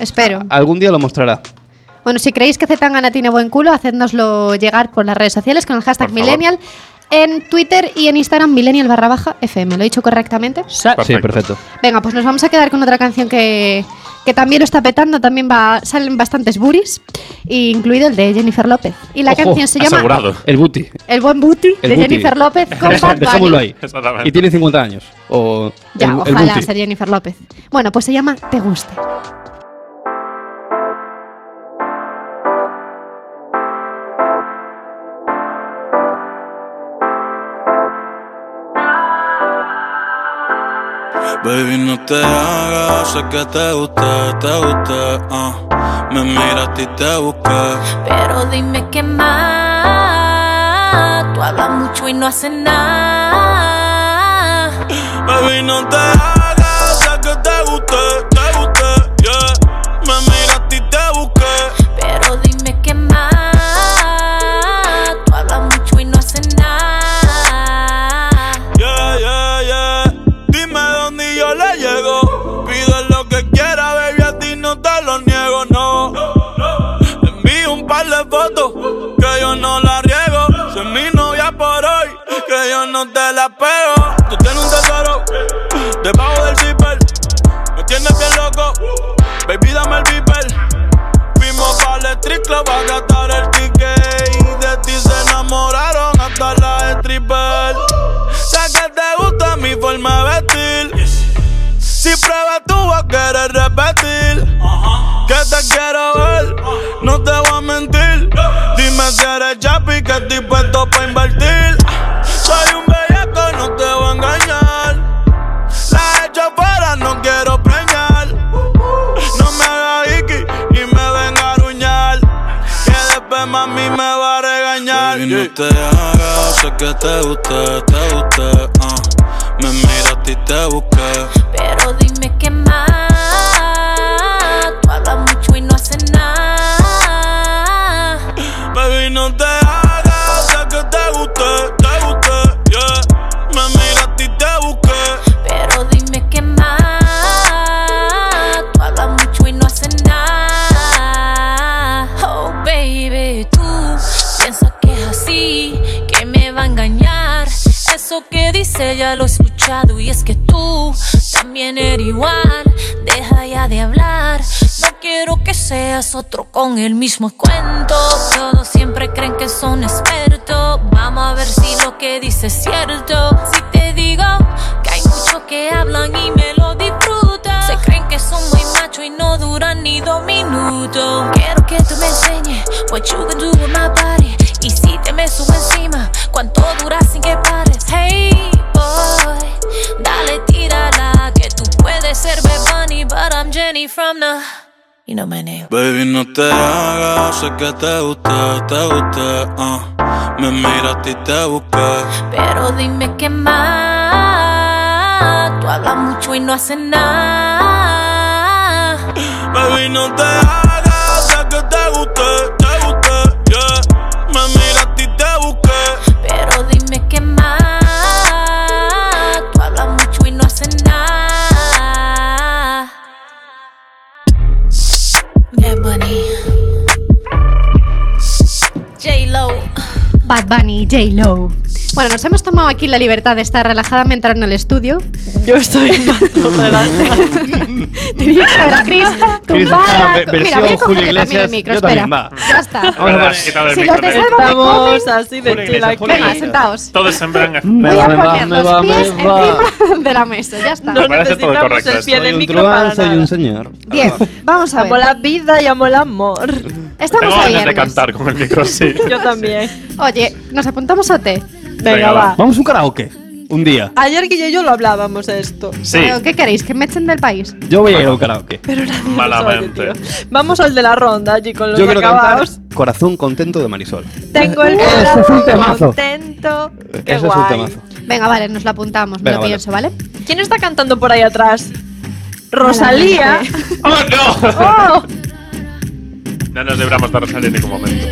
Speaker 2: Espero.
Speaker 5: Algún día lo mostrará.
Speaker 2: Bueno, si creéis que Zetangana tiene buen culo, hacednoslo llegar por las redes sociales con el hashtag
Speaker 3: Por favor.
Speaker 2: Millennial en Twitter y en Instagram Millennial barra baja FM. ¿Lo he dicho correctamente?
Speaker 4: Sa-
Speaker 3: Perfecto.
Speaker 5: Sí, perfecto.
Speaker 2: Venga, pues nos vamos a quedar con otra canción que, que también lo está petando. También va, salen bastantes buris, y incluido el de Jennifer López. Y la
Speaker 5: Ojo,
Speaker 2: canción se llama
Speaker 3: Asegurado.
Speaker 5: El booty.
Speaker 2: El buen booty
Speaker 5: El
Speaker 2: de
Speaker 5: booty.
Speaker 2: Jennifer López con Bad Bunny.
Speaker 5: Dejémoslo ahí.
Speaker 3: Exactamente.
Speaker 5: Y tiene 50 años. O
Speaker 2: Ya,
Speaker 5: el, el
Speaker 2: ojalá
Speaker 5: booty.
Speaker 2: ser Jennifer López. Bueno, pues se llama Te gusta.
Speaker 8: Baby, no te hagas, sé que te gusta, te gusta. ah. Me mira a ti, te busqué.
Speaker 7: Pero dime qué más. Tú hablas mucho y no haces nada.
Speaker 8: Baby, no te hagas, sé que te guste, te guste, yeah. Me mira a ti, te busqué.
Speaker 7: Pero dime qué más. Tú hablas mucho y no haces nada.
Speaker 8: Yeah, yeah, yeah. Dime dónde y yo le llego. Pido lo que quiera, baby, a ti no te lo niego, no. Te Envío un par de fotos que yo no la riego. Soy mi novia por hoy, que yo no te la pego. Tú tienes un tesoro debajo del zipper. Me tienes bien loco, baby, dame el beeper. Fuimos para el strip club a gastar el ticket Y de ti se enamoraron hasta la stripper Sé que te gusta mi forma de vestir Si pruebas tú vas a querer repetir Que te quiero ver, no te voy a mentir Dime si eres chapi que estoy puesto para invertir Soy un bellaco, no te voy a engañar La he hecho afuera, no quiero preñar no me haga Iki y me venga a aruñar. Que después mami me va a regañar. Y no te hagas, sé que te guste, te guste. ah. Me mira a ti, te busqué.
Speaker 7: Pero dime qué más. Tú hablas mucho y no haces nada.
Speaker 8: Baby, no te hagas, sé que te guste, te guste. Yeah. Me mira a ti, te busqué.
Speaker 7: Pero dime qué más. Tú hablas mucho
Speaker 11: Oh, Eso que dice ya lo he escuchado y es que tú también eres igual. Deja ya de hablar. No quiero que seas otro con el mismo cuento. Todos siempre creen que son expertos. Vamos a ver si lo que dice es cierto. Si te digo que hay muchos que hablan y me lo disfrutan. Se creen que son muy machos y no duran ni dos minutos. Quiero que tú me enseñes what you can do with my body. Y si te me subo encima, cuánto dura sin que pares. Hey, boy, dale, tírala. Que tú puedes ser Bad Bunny, but I'm Jenny from the. You know my name.
Speaker 12: Baby, no te hagas, sé que te gusta, te gusta. ah. Me miraste y te busqué.
Speaker 11: Pero dime qué más. Tú hablas mucho y no haces nada.
Speaker 12: Baby, no te hagas, sé que te gusta, te gusta. yeah. Me miraste y te busqué.
Speaker 11: Pero dime qué más. Tú hablas mucho y no haces nada. Bad Bunny. J-Lo.
Speaker 2: Bad Bunny, J-Lo. Bueno, nos hemos tomado aquí la libertad de estar relajadamente entrar en el estudio.
Speaker 4: Yo estoy
Speaker 2: Tenía que ver a Cris
Speaker 5: Cris,
Speaker 2: tumbada.
Speaker 5: ah,
Speaker 2: Mira,
Speaker 5: ve-
Speaker 2: voy a
Speaker 5: versión
Speaker 2: cogerle
Speaker 5: Julio
Speaker 2: también
Speaker 5: Iglesias,
Speaker 2: el micro,
Speaker 5: yo
Speaker 2: espera.
Speaker 5: también, va.
Speaker 2: Ya está.
Speaker 3: Ahora, quitad el
Speaker 2: Si
Speaker 3: micro
Speaker 2: los de
Speaker 3: de-
Speaker 2: Salvo me
Speaker 4: Estamos
Speaker 2: comen,
Speaker 4: así de
Speaker 5: Julio
Speaker 4: chill
Speaker 5: Iglesias,
Speaker 4: aquí.
Speaker 5: Julio
Speaker 2: venga, sentaos.
Speaker 3: Todos en blanco.
Speaker 5: Me
Speaker 2: Voy
Speaker 5: va,
Speaker 2: a
Speaker 5: me va,
Speaker 2: poner
Speaker 5: me
Speaker 2: los
Speaker 5: va, me
Speaker 2: pies
Speaker 5: va.
Speaker 2: encima de la mesa, ya está.
Speaker 4: No
Speaker 3: Me parece todo
Speaker 4: necesitamos
Speaker 3: correcto
Speaker 4: el
Speaker 3: esto.
Speaker 4: pie
Speaker 5: Soy
Speaker 4: del
Speaker 5: un
Speaker 4: micro para
Speaker 5: truán, Ah, soy un
Speaker 4: nada.
Speaker 5: señor.
Speaker 2: Bien, vamos a
Speaker 4: Amo la
Speaker 2: ver.
Speaker 4: vida y amo el amor.
Speaker 2: Estamos
Speaker 3: Tengo
Speaker 2: a
Speaker 3: ganas de
Speaker 2: viernes.
Speaker 3: cantar con el micro así.
Speaker 4: Yo también.
Speaker 2: Oye, nos apuntamos a té.
Speaker 4: Venga, va.
Speaker 5: Vamos a un karaoke. Un día.
Speaker 4: Ayer Guille y yo lo hablábamos esto.
Speaker 3: Sí,
Speaker 2: Pero, ¿Qué queréis? ¿Que me echen del país?
Speaker 5: Yo voy a ir a un karaoke.
Speaker 4: Pero nadie nos
Speaker 3: Malamente.
Speaker 4: oye, tío. Vamos al de la ronda allí con los
Speaker 5: Yo quiero cantar
Speaker 4: acabados.
Speaker 5: Corazón contento de Marisol.
Speaker 4: Tengo el
Speaker 5: Ese es un
Speaker 4: corazón
Speaker 5: temazo.
Speaker 4: contento. Qué
Speaker 5: Ese es un
Speaker 4: guay.
Speaker 5: temazo.
Speaker 2: Venga, vale, nos lo apuntamos, me
Speaker 5: Venga,
Speaker 2: lo
Speaker 5: vale.
Speaker 2: pienso, ¿vale?
Speaker 4: ¿Quién está cantando por ahí atrás? Rosalía. ¡Oh!
Speaker 3: no nos deberíamos estar saliendo en ningún momento.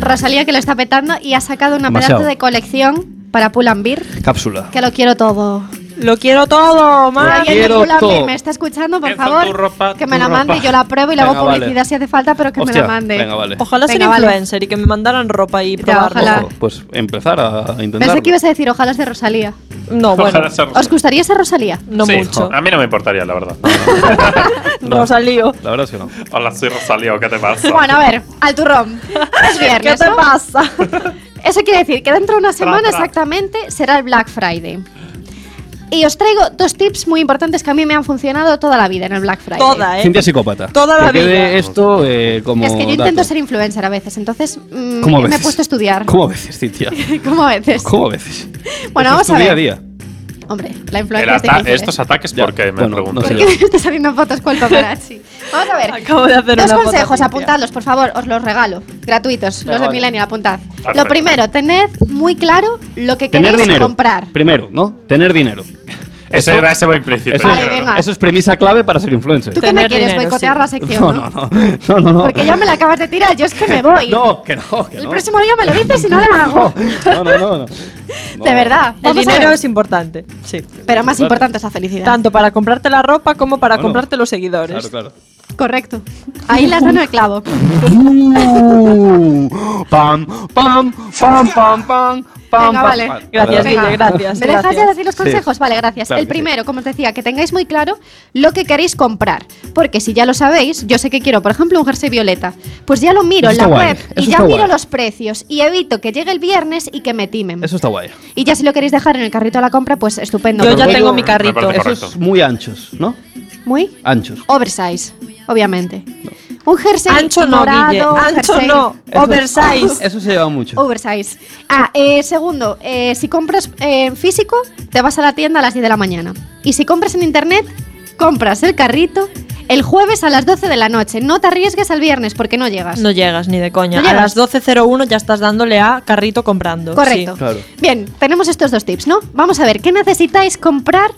Speaker 2: Rosalía que lo está petando y ha sacado una pedazo
Speaker 5: Demasiado.
Speaker 2: de colección para Pull and Beer,
Speaker 5: Cápsula.
Speaker 2: que lo quiero todo.
Speaker 4: Lo quiero todo,
Speaker 2: Si
Speaker 4: Mari.
Speaker 2: alguien de
Speaker 5: quiero
Speaker 2: Pull and Beer
Speaker 5: todo.
Speaker 2: me está escuchando, por
Speaker 3: Enzo, tu
Speaker 2: favor,
Speaker 3: ropa,
Speaker 2: que
Speaker 3: tu
Speaker 2: me la
Speaker 3: ropa.
Speaker 2: mande, yo la pruebo y le hago
Speaker 5: Venga, vale.
Speaker 2: publicidad si hace falta, pero que me
Speaker 5: Hostia,
Speaker 2: la mande.
Speaker 5: venga, vale.
Speaker 4: Ojalá ser
Speaker 2: Venga, vale.
Speaker 4: influencer y que me mandaran ropa y probarlo.
Speaker 2: ojalá.
Speaker 5: Ojo, pues empezar a intentar.
Speaker 2: Pensé que ibas a decir ojalá es de Rosalía.
Speaker 4: No, bueno.
Speaker 3: Ojalá sea Rosalía.
Speaker 2: ¿Os gustaría ser Rosalía?
Speaker 4: No
Speaker 3: Sí,
Speaker 4: mucho.
Speaker 3: A mí no me importaría, la verdad.
Speaker 4: Rosalío.
Speaker 5: La verdad es que no.
Speaker 3: Hola, soy Rosalía, ¿qué te pasa?
Speaker 2: Bueno, a ver, al turrón. Es
Speaker 4: ¿Qué
Speaker 2: viernes.
Speaker 4: te
Speaker 2: ¿no?
Speaker 4: pasa?
Speaker 2: Eso quiere decir que dentro de una semana
Speaker 3: tra.
Speaker 2: exactamente será el Black Friday. Y os traigo dos tips muy importantes que a mí me han funcionado toda la vida en el Black Friday.
Speaker 4: Toda, ¿eh?
Speaker 5: Cintia psicópata.
Speaker 4: Toda la
Speaker 5: Que quede
Speaker 4: vida.
Speaker 5: esto eh, como.
Speaker 2: Es que yo intento
Speaker 5: dato.
Speaker 2: ser influencer a veces, entonces mm,
Speaker 5: ¿Cómo a
Speaker 2: me he
Speaker 5: veces?
Speaker 2: puesto a estudiar.
Speaker 5: ¿Cómo a veces, Cintia?
Speaker 2: ¿Cómo a veces?
Speaker 5: ¿Cómo a veces?
Speaker 2: Bueno,
Speaker 5: Esto es
Speaker 2: vamos a
Speaker 5: tu
Speaker 2: ver.
Speaker 5: día a día.
Speaker 2: Hombre, la
Speaker 3: El
Speaker 2: influencia es
Speaker 3: ata-
Speaker 2: difícil, ¿eh?
Speaker 3: estos ataques,
Speaker 5: Ya,
Speaker 3: ¿por qué? Me
Speaker 5: bueno,
Speaker 3: pregunto.
Speaker 5: no sé.
Speaker 2: ¿Por qué me estás saliendo fotos con el paparazzi? Vamos a ver.
Speaker 4: Acabo de hacer
Speaker 2: Dos
Speaker 4: una foto,
Speaker 2: consejos,
Speaker 4: Cintia.
Speaker 2: apuntadlos, por favor, os los regalo. Gratuitos, los de
Speaker 5: vale.
Speaker 2: Millennial, apuntad.
Speaker 3: Vale, vale.
Speaker 2: Lo primero, tened muy claro lo que
Speaker 5: Tener
Speaker 2: queréis
Speaker 5: dinero.
Speaker 2: comprar.
Speaker 5: Primero, ¿no? Tener dinero.
Speaker 3: Ese,
Speaker 5: Eso-
Speaker 3: ese va implícito.
Speaker 5: Eso,
Speaker 3: yo
Speaker 2: Vale,
Speaker 3: creo,
Speaker 2: venga.
Speaker 3: ¿no?
Speaker 5: eso es premisa clave para ser influencer.
Speaker 2: ¿Tú qué me
Speaker 4: Tener
Speaker 2: quieres?
Speaker 4: dinero,
Speaker 2: ¿Boicotear
Speaker 4: sí.
Speaker 2: la sección?
Speaker 5: No, no, no. No, no, no.
Speaker 2: Porque ya me la acabas de tirar, yo es que me voy.
Speaker 5: No, que no, que
Speaker 2: El
Speaker 5: no.
Speaker 2: próximo día me lo dices y no lo hago.
Speaker 5: No, no, no. no.
Speaker 2: De verdad.
Speaker 4: El
Speaker 2: vamos a
Speaker 4: dinero
Speaker 2: ver.
Speaker 4: es importante, sí.
Speaker 2: Pero más importante es la felicidad.
Speaker 4: Tanto para comprarte la ropa como para
Speaker 5: Bueno,
Speaker 4: comprarte los seguidores.
Speaker 5: Claro, claro.
Speaker 2: Correcto. Ahí las dan el clavo.
Speaker 5: Uh, pam, pam, pam, pam, pam, pam.
Speaker 2: Venga,
Speaker 5: pam,
Speaker 2: vale.
Speaker 5: pam.
Speaker 4: Gracias,
Speaker 5: Vale,
Speaker 2: Venga.
Speaker 4: Guille, gracias.
Speaker 2: ¿Me dejas ya
Speaker 4: gracias.
Speaker 2: decir los
Speaker 5: Sí.
Speaker 2: consejos? Vale, gracias.
Speaker 5: Claro
Speaker 2: el
Speaker 5: que sí.
Speaker 2: primero, como os decía, que tengáis muy claro lo que queréis comprar. Porque si ya lo sabéis, yo sé que quiero, por ejemplo, un jersey violeta. Pues ya lo miro
Speaker 5: Eso
Speaker 2: en la
Speaker 5: está guay,
Speaker 2: web y
Speaker 5: eso
Speaker 2: ya
Speaker 5: está
Speaker 2: miro
Speaker 5: guay.
Speaker 2: los precios y evito que llegue el viernes y que me timen.
Speaker 5: Eso está guay.
Speaker 2: Y ya si lo queréis dejar en el carrito a la compra, pues estupendo.
Speaker 4: Yo
Speaker 2: Porque
Speaker 4: ya
Speaker 5: Luego-
Speaker 4: tengo mi
Speaker 3: Me
Speaker 4: carrito.
Speaker 3: parece
Speaker 4: Eso-
Speaker 3: correcto.
Speaker 5: Esos muy anchos, ¿no?
Speaker 2: Muy
Speaker 5: Anchos.
Speaker 2: oversize, obviamente. Un jersey
Speaker 4: Ancho no,
Speaker 2: morado,
Speaker 4: Guille.
Speaker 2: un
Speaker 4: Ancho
Speaker 2: jersey-
Speaker 4: no.
Speaker 5: Eso-
Speaker 4: Oversize.
Speaker 5: Eso se lleva mucho.
Speaker 2: Oversize. Ah, eh, segundo, eh, si compras eh, en físico, te vas a la tienda a las 10 de la mañana. Y si compras en internet, compras el carrito el jueves a las 12 de la noche. No te arriesgues al viernes porque no llegas.
Speaker 4: No llegas ni de coña.
Speaker 2: No
Speaker 4: a
Speaker 2: llegas.
Speaker 4: las 12.01 ya estás dándole a carrito comprando.
Speaker 2: Correcto.
Speaker 4: sí.
Speaker 5: Claro.
Speaker 2: Bien, tenemos estos dos tips, ¿no? Vamos a ver, ¿qué necesitáis comprar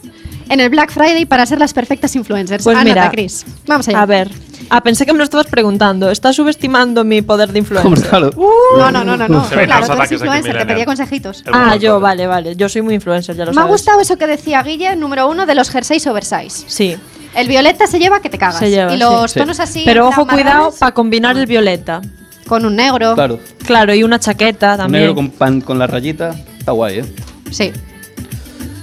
Speaker 2: en el Black Friday para ser las perfectas influencers?
Speaker 4: Pues
Speaker 2: Anota,
Speaker 4: mira,
Speaker 2: Chris. Vamos allá.
Speaker 4: A ver. Ah, pensé que me lo estabas preguntando. ¿Estás subestimando mi poder de
Speaker 5: Hombre,
Speaker 4: influencer?
Speaker 5: claro.
Speaker 2: Uh, No, no, no, no. no.
Speaker 3: Se ven
Speaker 2: Claro,
Speaker 3: los
Speaker 2: tú eres
Speaker 3: ataques aquí,
Speaker 2: influencer, te
Speaker 3: Milena.
Speaker 2: pedía consejitos.
Speaker 3: El
Speaker 4: Ah,
Speaker 3: Rosalía.
Speaker 4: yo, vale, vale. Yo soy muy influencer, ya lo
Speaker 2: Me ha
Speaker 4: sabes.
Speaker 2: gustado eso que decía Guille, número uno, de los jerseys oversize.
Speaker 4: Sí.
Speaker 2: El violeta se lleva que te cagas.
Speaker 4: Se lleva,
Speaker 2: y los
Speaker 5: sí.
Speaker 2: tonos así.
Speaker 4: Pero
Speaker 2: tan
Speaker 4: ojo, cuidado
Speaker 2: marrones-
Speaker 4: para combinar el violeta.
Speaker 2: con un negro.
Speaker 5: Claro.
Speaker 4: Claro, y una chaqueta
Speaker 5: Un
Speaker 4: también.
Speaker 5: negro con, pan, con la rayita. Está guay, ¿eh?
Speaker 2: Sí.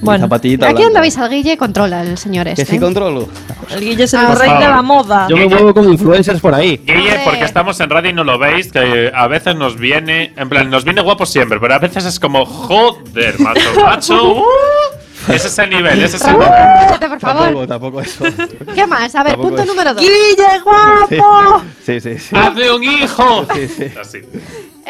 Speaker 5: Bueno. Zapatillita
Speaker 2: Aquí
Speaker 5: blanca.
Speaker 2: donde veis al Guille controla el señor este.
Speaker 5: Que sí controlo.
Speaker 4: El Guille es el
Speaker 2: Ah,
Speaker 4: rey
Speaker 3: por
Speaker 4: de
Speaker 3: favor.
Speaker 4: la moda.
Speaker 5: Yo me muevo con influencers por ahí.
Speaker 3: Guille, porque estamos en radio y no lo veis, que eh, a veces nos viene, en plan, nos viene guapo siempre, pero a veces es como, joder, macho, macho, uh". ese es el nivel, ese es el nivel.
Speaker 2: Cállate, por favor.
Speaker 5: Tampoco, tampoco eso.
Speaker 2: ¿Qué más? A ver,
Speaker 5: Tampoco
Speaker 2: punto
Speaker 5: es.
Speaker 2: número dos.
Speaker 4: ¡Guille, guapo!
Speaker 5: Sí, sí, sí.
Speaker 2: Ah.
Speaker 3: ¡Hazme un hijo! Así.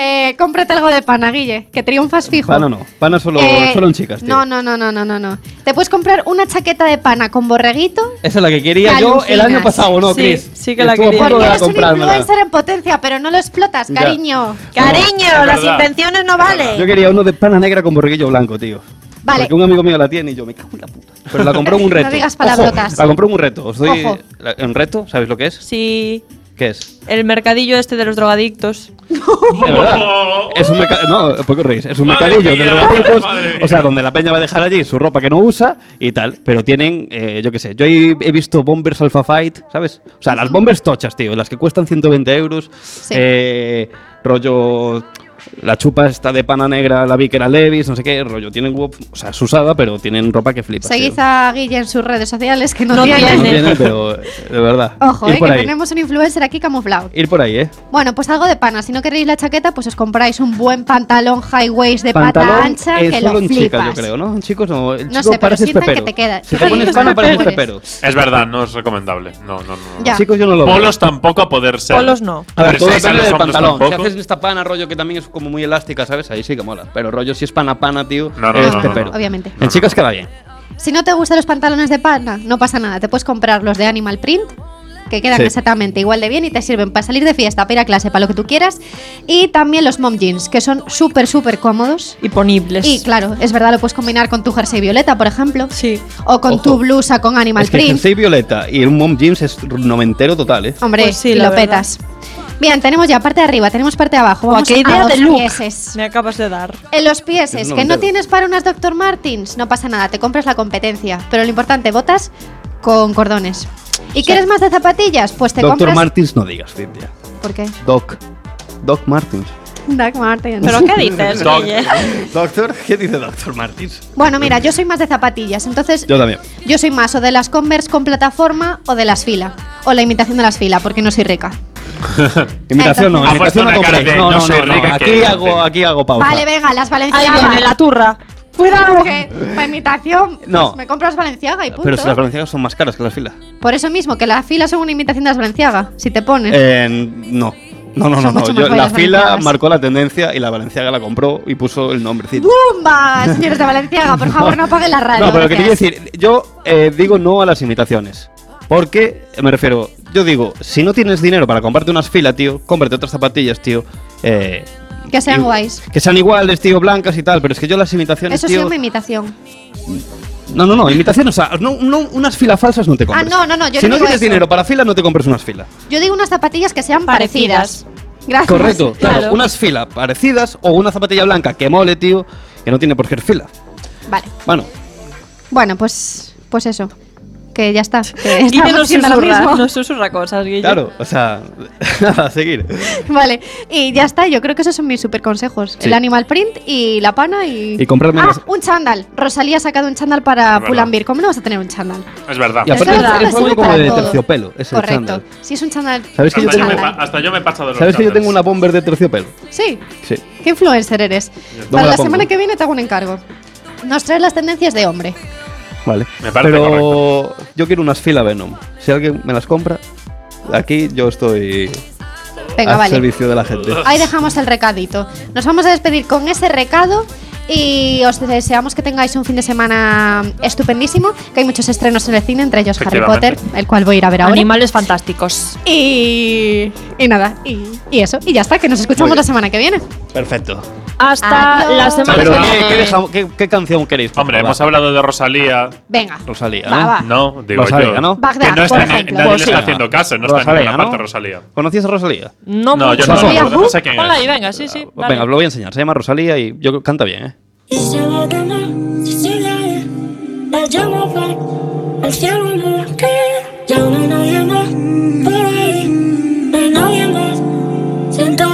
Speaker 2: Eh, cómprate algo de pana, Guille, que triunfas fijo.
Speaker 5: Pana no. Pana solo,
Speaker 2: Eh,
Speaker 5: solo en chicas, tío.
Speaker 2: No, no, no, no, no, no, no. Te puedes comprar una chaqueta de pana con borreguito.
Speaker 5: Esa es la que quería yo el
Speaker 2: Alucinas.
Speaker 5: año pasado, ¿no,
Speaker 4: Sí,
Speaker 5: Chris?
Speaker 4: sí que la
Speaker 5: Estuvo a
Speaker 4: quería.
Speaker 5: punto
Speaker 2: Porque
Speaker 5: de
Speaker 2: eres un
Speaker 5: comprármela.
Speaker 2: influencer en potencia, pero no lo explotas,
Speaker 5: Ya. Pues
Speaker 2: cariño.
Speaker 3: Es
Speaker 13: Cariño, las
Speaker 3: verdad.
Speaker 13: intenciones
Speaker 5: Yo
Speaker 13: no valen.
Speaker 5: quería uno de pana negra con borreguillo blanco, tío.
Speaker 2: Vale.
Speaker 5: Porque un amigo mío la tiene y yo me cago en la puta. Pero la compró en un
Speaker 2: No
Speaker 5: reto.
Speaker 2: digas palabrotas.
Speaker 5: Ojo, la compró en un reto. Os doy
Speaker 2: Ojo.
Speaker 5: la- ¿Un reto? ¿Sabéis lo que es?
Speaker 4: Sí,
Speaker 5: ¿Qué es?
Speaker 4: el mercadillo este de los drogadictos.
Speaker 5: De verdad. Es un mercadillo. No, ¿por qué os reís? Es un
Speaker 3: Madre
Speaker 5: mercadillo de
Speaker 3: mía,
Speaker 5: drogadictos.
Speaker 3: madre mía.
Speaker 5: O sea, donde la peña va a dejar allí su ropa que no usa y tal. Pero tienen, eh, yo qué sé. Yo he, he visto bombers alpha fight, ¿sabes? O sea, las bombers tochas, tío. Las que cuestan 120 euros. Eh, rollo. La chupa está de pana negra, la vi que era Levis, no sé qué, rollo. Tienen, guap- o sea, es usada, pero tienen ropa que flipa.
Speaker 2: Seguid a Guille en sus redes sociales que no,
Speaker 4: No
Speaker 2: tiene.
Speaker 5: No
Speaker 4: tiene.
Speaker 5: tiene, pero eh, de verdad.
Speaker 2: Ojo,
Speaker 5: ir
Speaker 2: eh, que
Speaker 5: por ahí.
Speaker 2: tenemos un influencer aquí camuflado.
Speaker 5: Ir por ahí, ¿eh?
Speaker 2: Bueno, pues algo de pana. Si no queréis la chaqueta, pues os compráis un buen pantalón high waist de pata ancha
Speaker 5: es
Speaker 2: que
Speaker 5: solo
Speaker 2: lo
Speaker 5: en
Speaker 2: flipas.
Speaker 5: chicas, yo creo, ¿no? En chicos no. El
Speaker 2: No
Speaker 5: chico
Speaker 2: sé, pero
Speaker 5: parece
Speaker 2: sientan que
Speaker 5: pepero.
Speaker 2: te queda.
Speaker 5: Si te pones pana, pareces
Speaker 2: Peperes.
Speaker 5: pepero.
Speaker 3: Es verdad, no es recomendable. No, no, no. no.
Speaker 2: Ya.
Speaker 5: Chicos, yo no lo veo.
Speaker 3: Polos tampoco a poder ser.
Speaker 4: Polos no.
Speaker 5: A ver, todo
Speaker 3: Jerseys
Speaker 5: depende
Speaker 3: los
Speaker 5: del
Speaker 3: hombres
Speaker 5: pantalón. Si
Speaker 3: tampoco.
Speaker 5: haces esta pana, rollo que también es como muy elástica, ¿sabes? Ahí sí que mola. Pero rollo, si es pana pana, tío,
Speaker 3: No, no,
Speaker 5: eres
Speaker 3: no, no,
Speaker 5: pepero.
Speaker 3: no.
Speaker 2: Obviamente.
Speaker 5: En chicas queda bien.
Speaker 2: Si no te gustan los pantalones de pana, no pasa nada. Te puedes comprar los de Animal Print, que quedan
Speaker 5: Sí.
Speaker 2: exactamente igual de bien y te sirven para salir de fiesta, para ir a clase, para lo que tú quieras. Y también los mom jeans, que son súper, súper cómodos.
Speaker 4: Y ponibles.
Speaker 2: Y claro, es verdad, lo puedes combinar con tu jersey violeta, por ejemplo.
Speaker 4: Sí.
Speaker 2: O con
Speaker 5: Ojo.
Speaker 2: tu blusa con Animal
Speaker 5: es que
Speaker 2: Print.
Speaker 5: jersey violeta y un mom jeans es noventero total, ¿eh?
Speaker 2: Hombre,
Speaker 4: Pues sí,
Speaker 2: y
Speaker 4: la
Speaker 2: lo
Speaker 4: verdad.
Speaker 2: petas. Bien, tenemos ya parte de arriba, tenemos parte de abajo.
Speaker 4: Buah,
Speaker 2: Vamos
Speaker 4: qué idea
Speaker 2: a
Speaker 4: de
Speaker 2: los
Speaker 4: look.
Speaker 2: pieses.
Speaker 4: Me acabas de dar.
Speaker 2: En los pies,
Speaker 5: Es
Speaker 2: es
Speaker 5: un
Speaker 2: que no
Speaker 5: noventero.
Speaker 2: tienes para unas Dr. Martins, no pasa nada, te compras la competencia. Pero lo importante, botas con cordones. ¿Y quieres más de zapatillas? Pues te
Speaker 5: Doctor
Speaker 2: compras.
Speaker 5: Martins, no digas, Cintia.
Speaker 2: ¿Por qué?
Speaker 5: Doc. Doc Martins.
Speaker 2: Doc Martins.
Speaker 4: ¿Pero qué dices,
Speaker 3: Doc.
Speaker 4: Guille?
Speaker 5: Doctor, ¿qué dice Doctor Martins?
Speaker 2: Bueno, mira, yo soy más de zapatillas, entonces
Speaker 5: Yo también.
Speaker 2: yo soy más o de las Converse con plataforma o de las fila. O la imitación de las fila, porque no soy rica.
Speaker 5: Imitación no,
Speaker 3: Ha puesto
Speaker 5: imitación no
Speaker 3: una cara
Speaker 5: compréis.
Speaker 3: de no
Speaker 5: No, no,
Speaker 3: soy
Speaker 5: no, no,
Speaker 3: rica,
Speaker 5: Aquí
Speaker 3: que-
Speaker 5: hago, aquí hago pausa.
Speaker 2: Vale, venga, las
Speaker 4: Ahí viene la
Speaker 2: valencianas.
Speaker 4: turra.
Speaker 2: Cuidado, porque para imitación
Speaker 5: No.
Speaker 2: pues, me compras Valenciaga y punto.
Speaker 5: Pero si las valencianas son más caras que las filas.
Speaker 2: Por eso mismo, que las filas son una imitación de las Valenciaga, si te pones.
Speaker 5: Eh, no. No, no, no,
Speaker 2: Son
Speaker 5: no.
Speaker 2: mucho más
Speaker 5: Yo- la
Speaker 2: bellas
Speaker 5: fila
Speaker 2: valencianas.
Speaker 5: marcó la tendencia y la Valenciaga la compró y puso el nombrecito.
Speaker 2: ¡Bumba! Señores de Valenciaga, por favor, no apaguen la radio.
Speaker 5: no, pero lo que te quiero
Speaker 2: gracias.
Speaker 5: decir, yo eh, digo no a las imitaciones. Porque, eh, me refiero, yo digo, si no tienes dinero para comprarte unas filas, tío, cómprate otras zapatillas, tío. eh,
Speaker 2: Que sean
Speaker 5: y-
Speaker 2: guays.
Speaker 5: Que sean iguales, tío, blancas y tal. Pero es que yo las imitaciones,
Speaker 2: Eso sí
Speaker 5: tío.
Speaker 2: es una imitación.
Speaker 5: No, no, no, imitaciones, o sea, no, no, unas filas falsas no te compras.
Speaker 2: Ah, no, no, no, yo
Speaker 5: Si
Speaker 2: no
Speaker 5: no
Speaker 2: digo
Speaker 5: tienes
Speaker 2: eso.
Speaker 5: dinero para filas, no te compres unas filas.
Speaker 2: Yo digo unas zapatillas que sean parecidas.
Speaker 4: Parecidas.
Speaker 2: Gracias.
Speaker 5: Correcto, claro.
Speaker 4: Claro.
Speaker 5: Unas filas parecidas o una zapatilla blanca que mole, tío, que no tiene por qué ser fila.
Speaker 2: Vale.
Speaker 5: Bueno,
Speaker 2: Bueno, pues, pues eso. Que ya está. Que
Speaker 4: Guille
Speaker 2: estamos
Speaker 4: nos
Speaker 2: haciendo lo
Speaker 4: susurra,
Speaker 2: mismo.
Speaker 4: nos susurra cosas, Guille.
Speaker 5: claro, o sea, nada, a seguir.
Speaker 2: Vale. Y ya está. Yo creo que esos son mis super consejos.
Speaker 5: Sí.
Speaker 2: El animal print y la pana y.
Speaker 5: Y comprarme
Speaker 2: Ah,
Speaker 5: las-
Speaker 2: un chándal. Rosalía ha sacado un chándal para
Speaker 3: Es verdad.
Speaker 2: Pulambir. ¿Cómo no vas a tener un chándal?
Speaker 3: Es verdad.
Speaker 5: Y aparte
Speaker 2: Eso lo
Speaker 5: es- es
Speaker 2: haces
Speaker 5: algo como
Speaker 2: para
Speaker 5: de
Speaker 2: todo.
Speaker 5: terciopelo, es el
Speaker 2: Correcto.
Speaker 5: chándal.
Speaker 2: Si es un chándal.
Speaker 5: ¿Sabes que yo
Speaker 3: hasta, yo
Speaker 5: tengo,
Speaker 3: me,
Speaker 2: chándal.
Speaker 3: pa- hasta yo me paso de los
Speaker 5: ¿sabes que yo
Speaker 3: chándales.
Speaker 5: tengo una bomber de terciopelo?
Speaker 2: Sí.
Speaker 5: Sí.
Speaker 2: ¿Qué influencer eres?
Speaker 5: me
Speaker 2: Para
Speaker 5: la
Speaker 2: la
Speaker 5: pongo.
Speaker 2: semana que viene te hago un encargo. Nos traes las tendencias de hombre.
Speaker 5: Vale.
Speaker 3: Me parece
Speaker 5: Pero yo quiero unas filas Venom. Si alguien me las compra, aquí yo estoy
Speaker 2: Venga,
Speaker 5: al
Speaker 2: vale.
Speaker 5: servicio de la gente.
Speaker 2: Ahí dejamos el recadito. Nos vamos a despedir con ese recado y os deseamos que tengáis un fin de semana estupendísimo, que hay muchos estrenos en el cine, entre ellos Harry Potter,
Speaker 3: Efectivamente.
Speaker 2: el cual voy a ir a ver ahora.
Speaker 4: Animales fantásticos.
Speaker 2: Y, y nada, y, y eso. Y ya está, que nos escuchamos
Speaker 5: Muy bien.
Speaker 2: la semana que viene.
Speaker 5: Perfecto.
Speaker 4: Hasta
Speaker 2: Adiós.
Speaker 4: la semana
Speaker 5: Pero
Speaker 4: que
Speaker 3: Chao.
Speaker 5: ¿qué, qué
Speaker 4: viene.
Speaker 5: dejamos- qué- qué canción queréis? por
Speaker 3: Hombre,
Speaker 5: favor?
Speaker 3: hemos hablado de Rosalía.
Speaker 2: Venga.
Speaker 5: Rosalía,
Speaker 2: Va,
Speaker 5: ¿no?
Speaker 2: va.
Speaker 3: No, digo
Speaker 5: Rosalía,
Speaker 3: yo.
Speaker 5: ¿no?
Speaker 2: Bagdad,
Speaker 3: que no
Speaker 2: por
Speaker 3: está, ni-
Speaker 2: ejemplo.
Speaker 3: nadie le
Speaker 5: Pues sí.
Speaker 3: está haciendo caso, no está en
Speaker 5: Rosalía,
Speaker 3: ninguna parte
Speaker 5: ¿no?
Speaker 3: Rosalía.
Speaker 5: ¿Conocías a Rosalía?
Speaker 4: No,
Speaker 3: No, yo
Speaker 4: mucho. uh,
Speaker 3: no,
Speaker 5: Rosalía,
Speaker 3: no, no
Speaker 2: ¿who?
Speaker 3: sé quién
Speaker 4: Ponla ahí,
Speaker 3: es.
Speaker 4: venga, sí, sí. dale.
Speaker 5: Venga, os lo voy a enseñar. Se llama Rosalía y yo creo que canta bien, ¿eh?
Speaker 9: Ya no hay nadie más por ahí, no hay nadie más sentado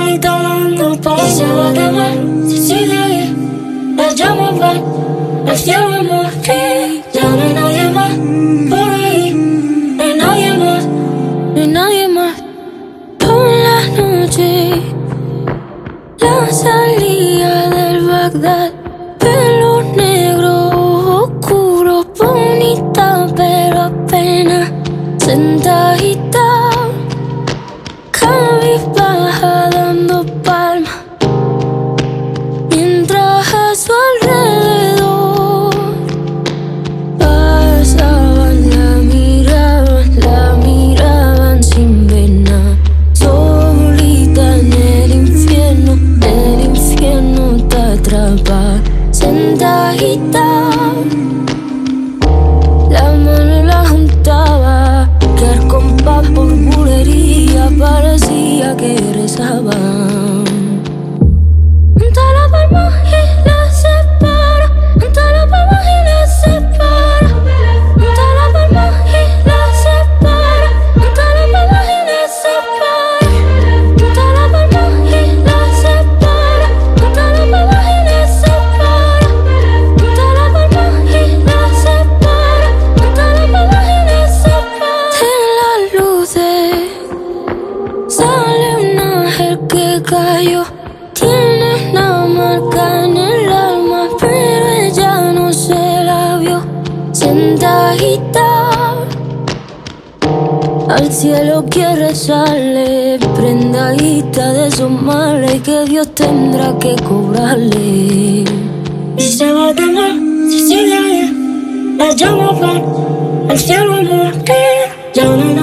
Speaker 13: verdad. Pelo negro, oscuro, bonita, pero apenas sentadita. Cabizbaja dando palma. Mientras a su alrededor pasaban, la miraban, la miraban sin pena. Solita en el infierno, el infierno te atrapa. Sentadita, la mano la juntaba. Que al compás por bulería parecía que rezaban. Junta la palma y la separa. Junta la palma y la separa. Junta la palma y la separa. Junta la palma y la separa. Junta la palma y la separa. Junta la palma y la separa. Junta la palma y la separa. Junta la palma y la separa. En las luces sale un ángel que cayó. Tiene una marca en el alma, pero ella no se la vio. Sentadita, al cielo quiere sale, prendadita de esos males que Dios tendrá que cobrarle.
Speaker 14: Y se va de mar, Sicilia, la llamo pa, al cielo no que ya no hay nadie.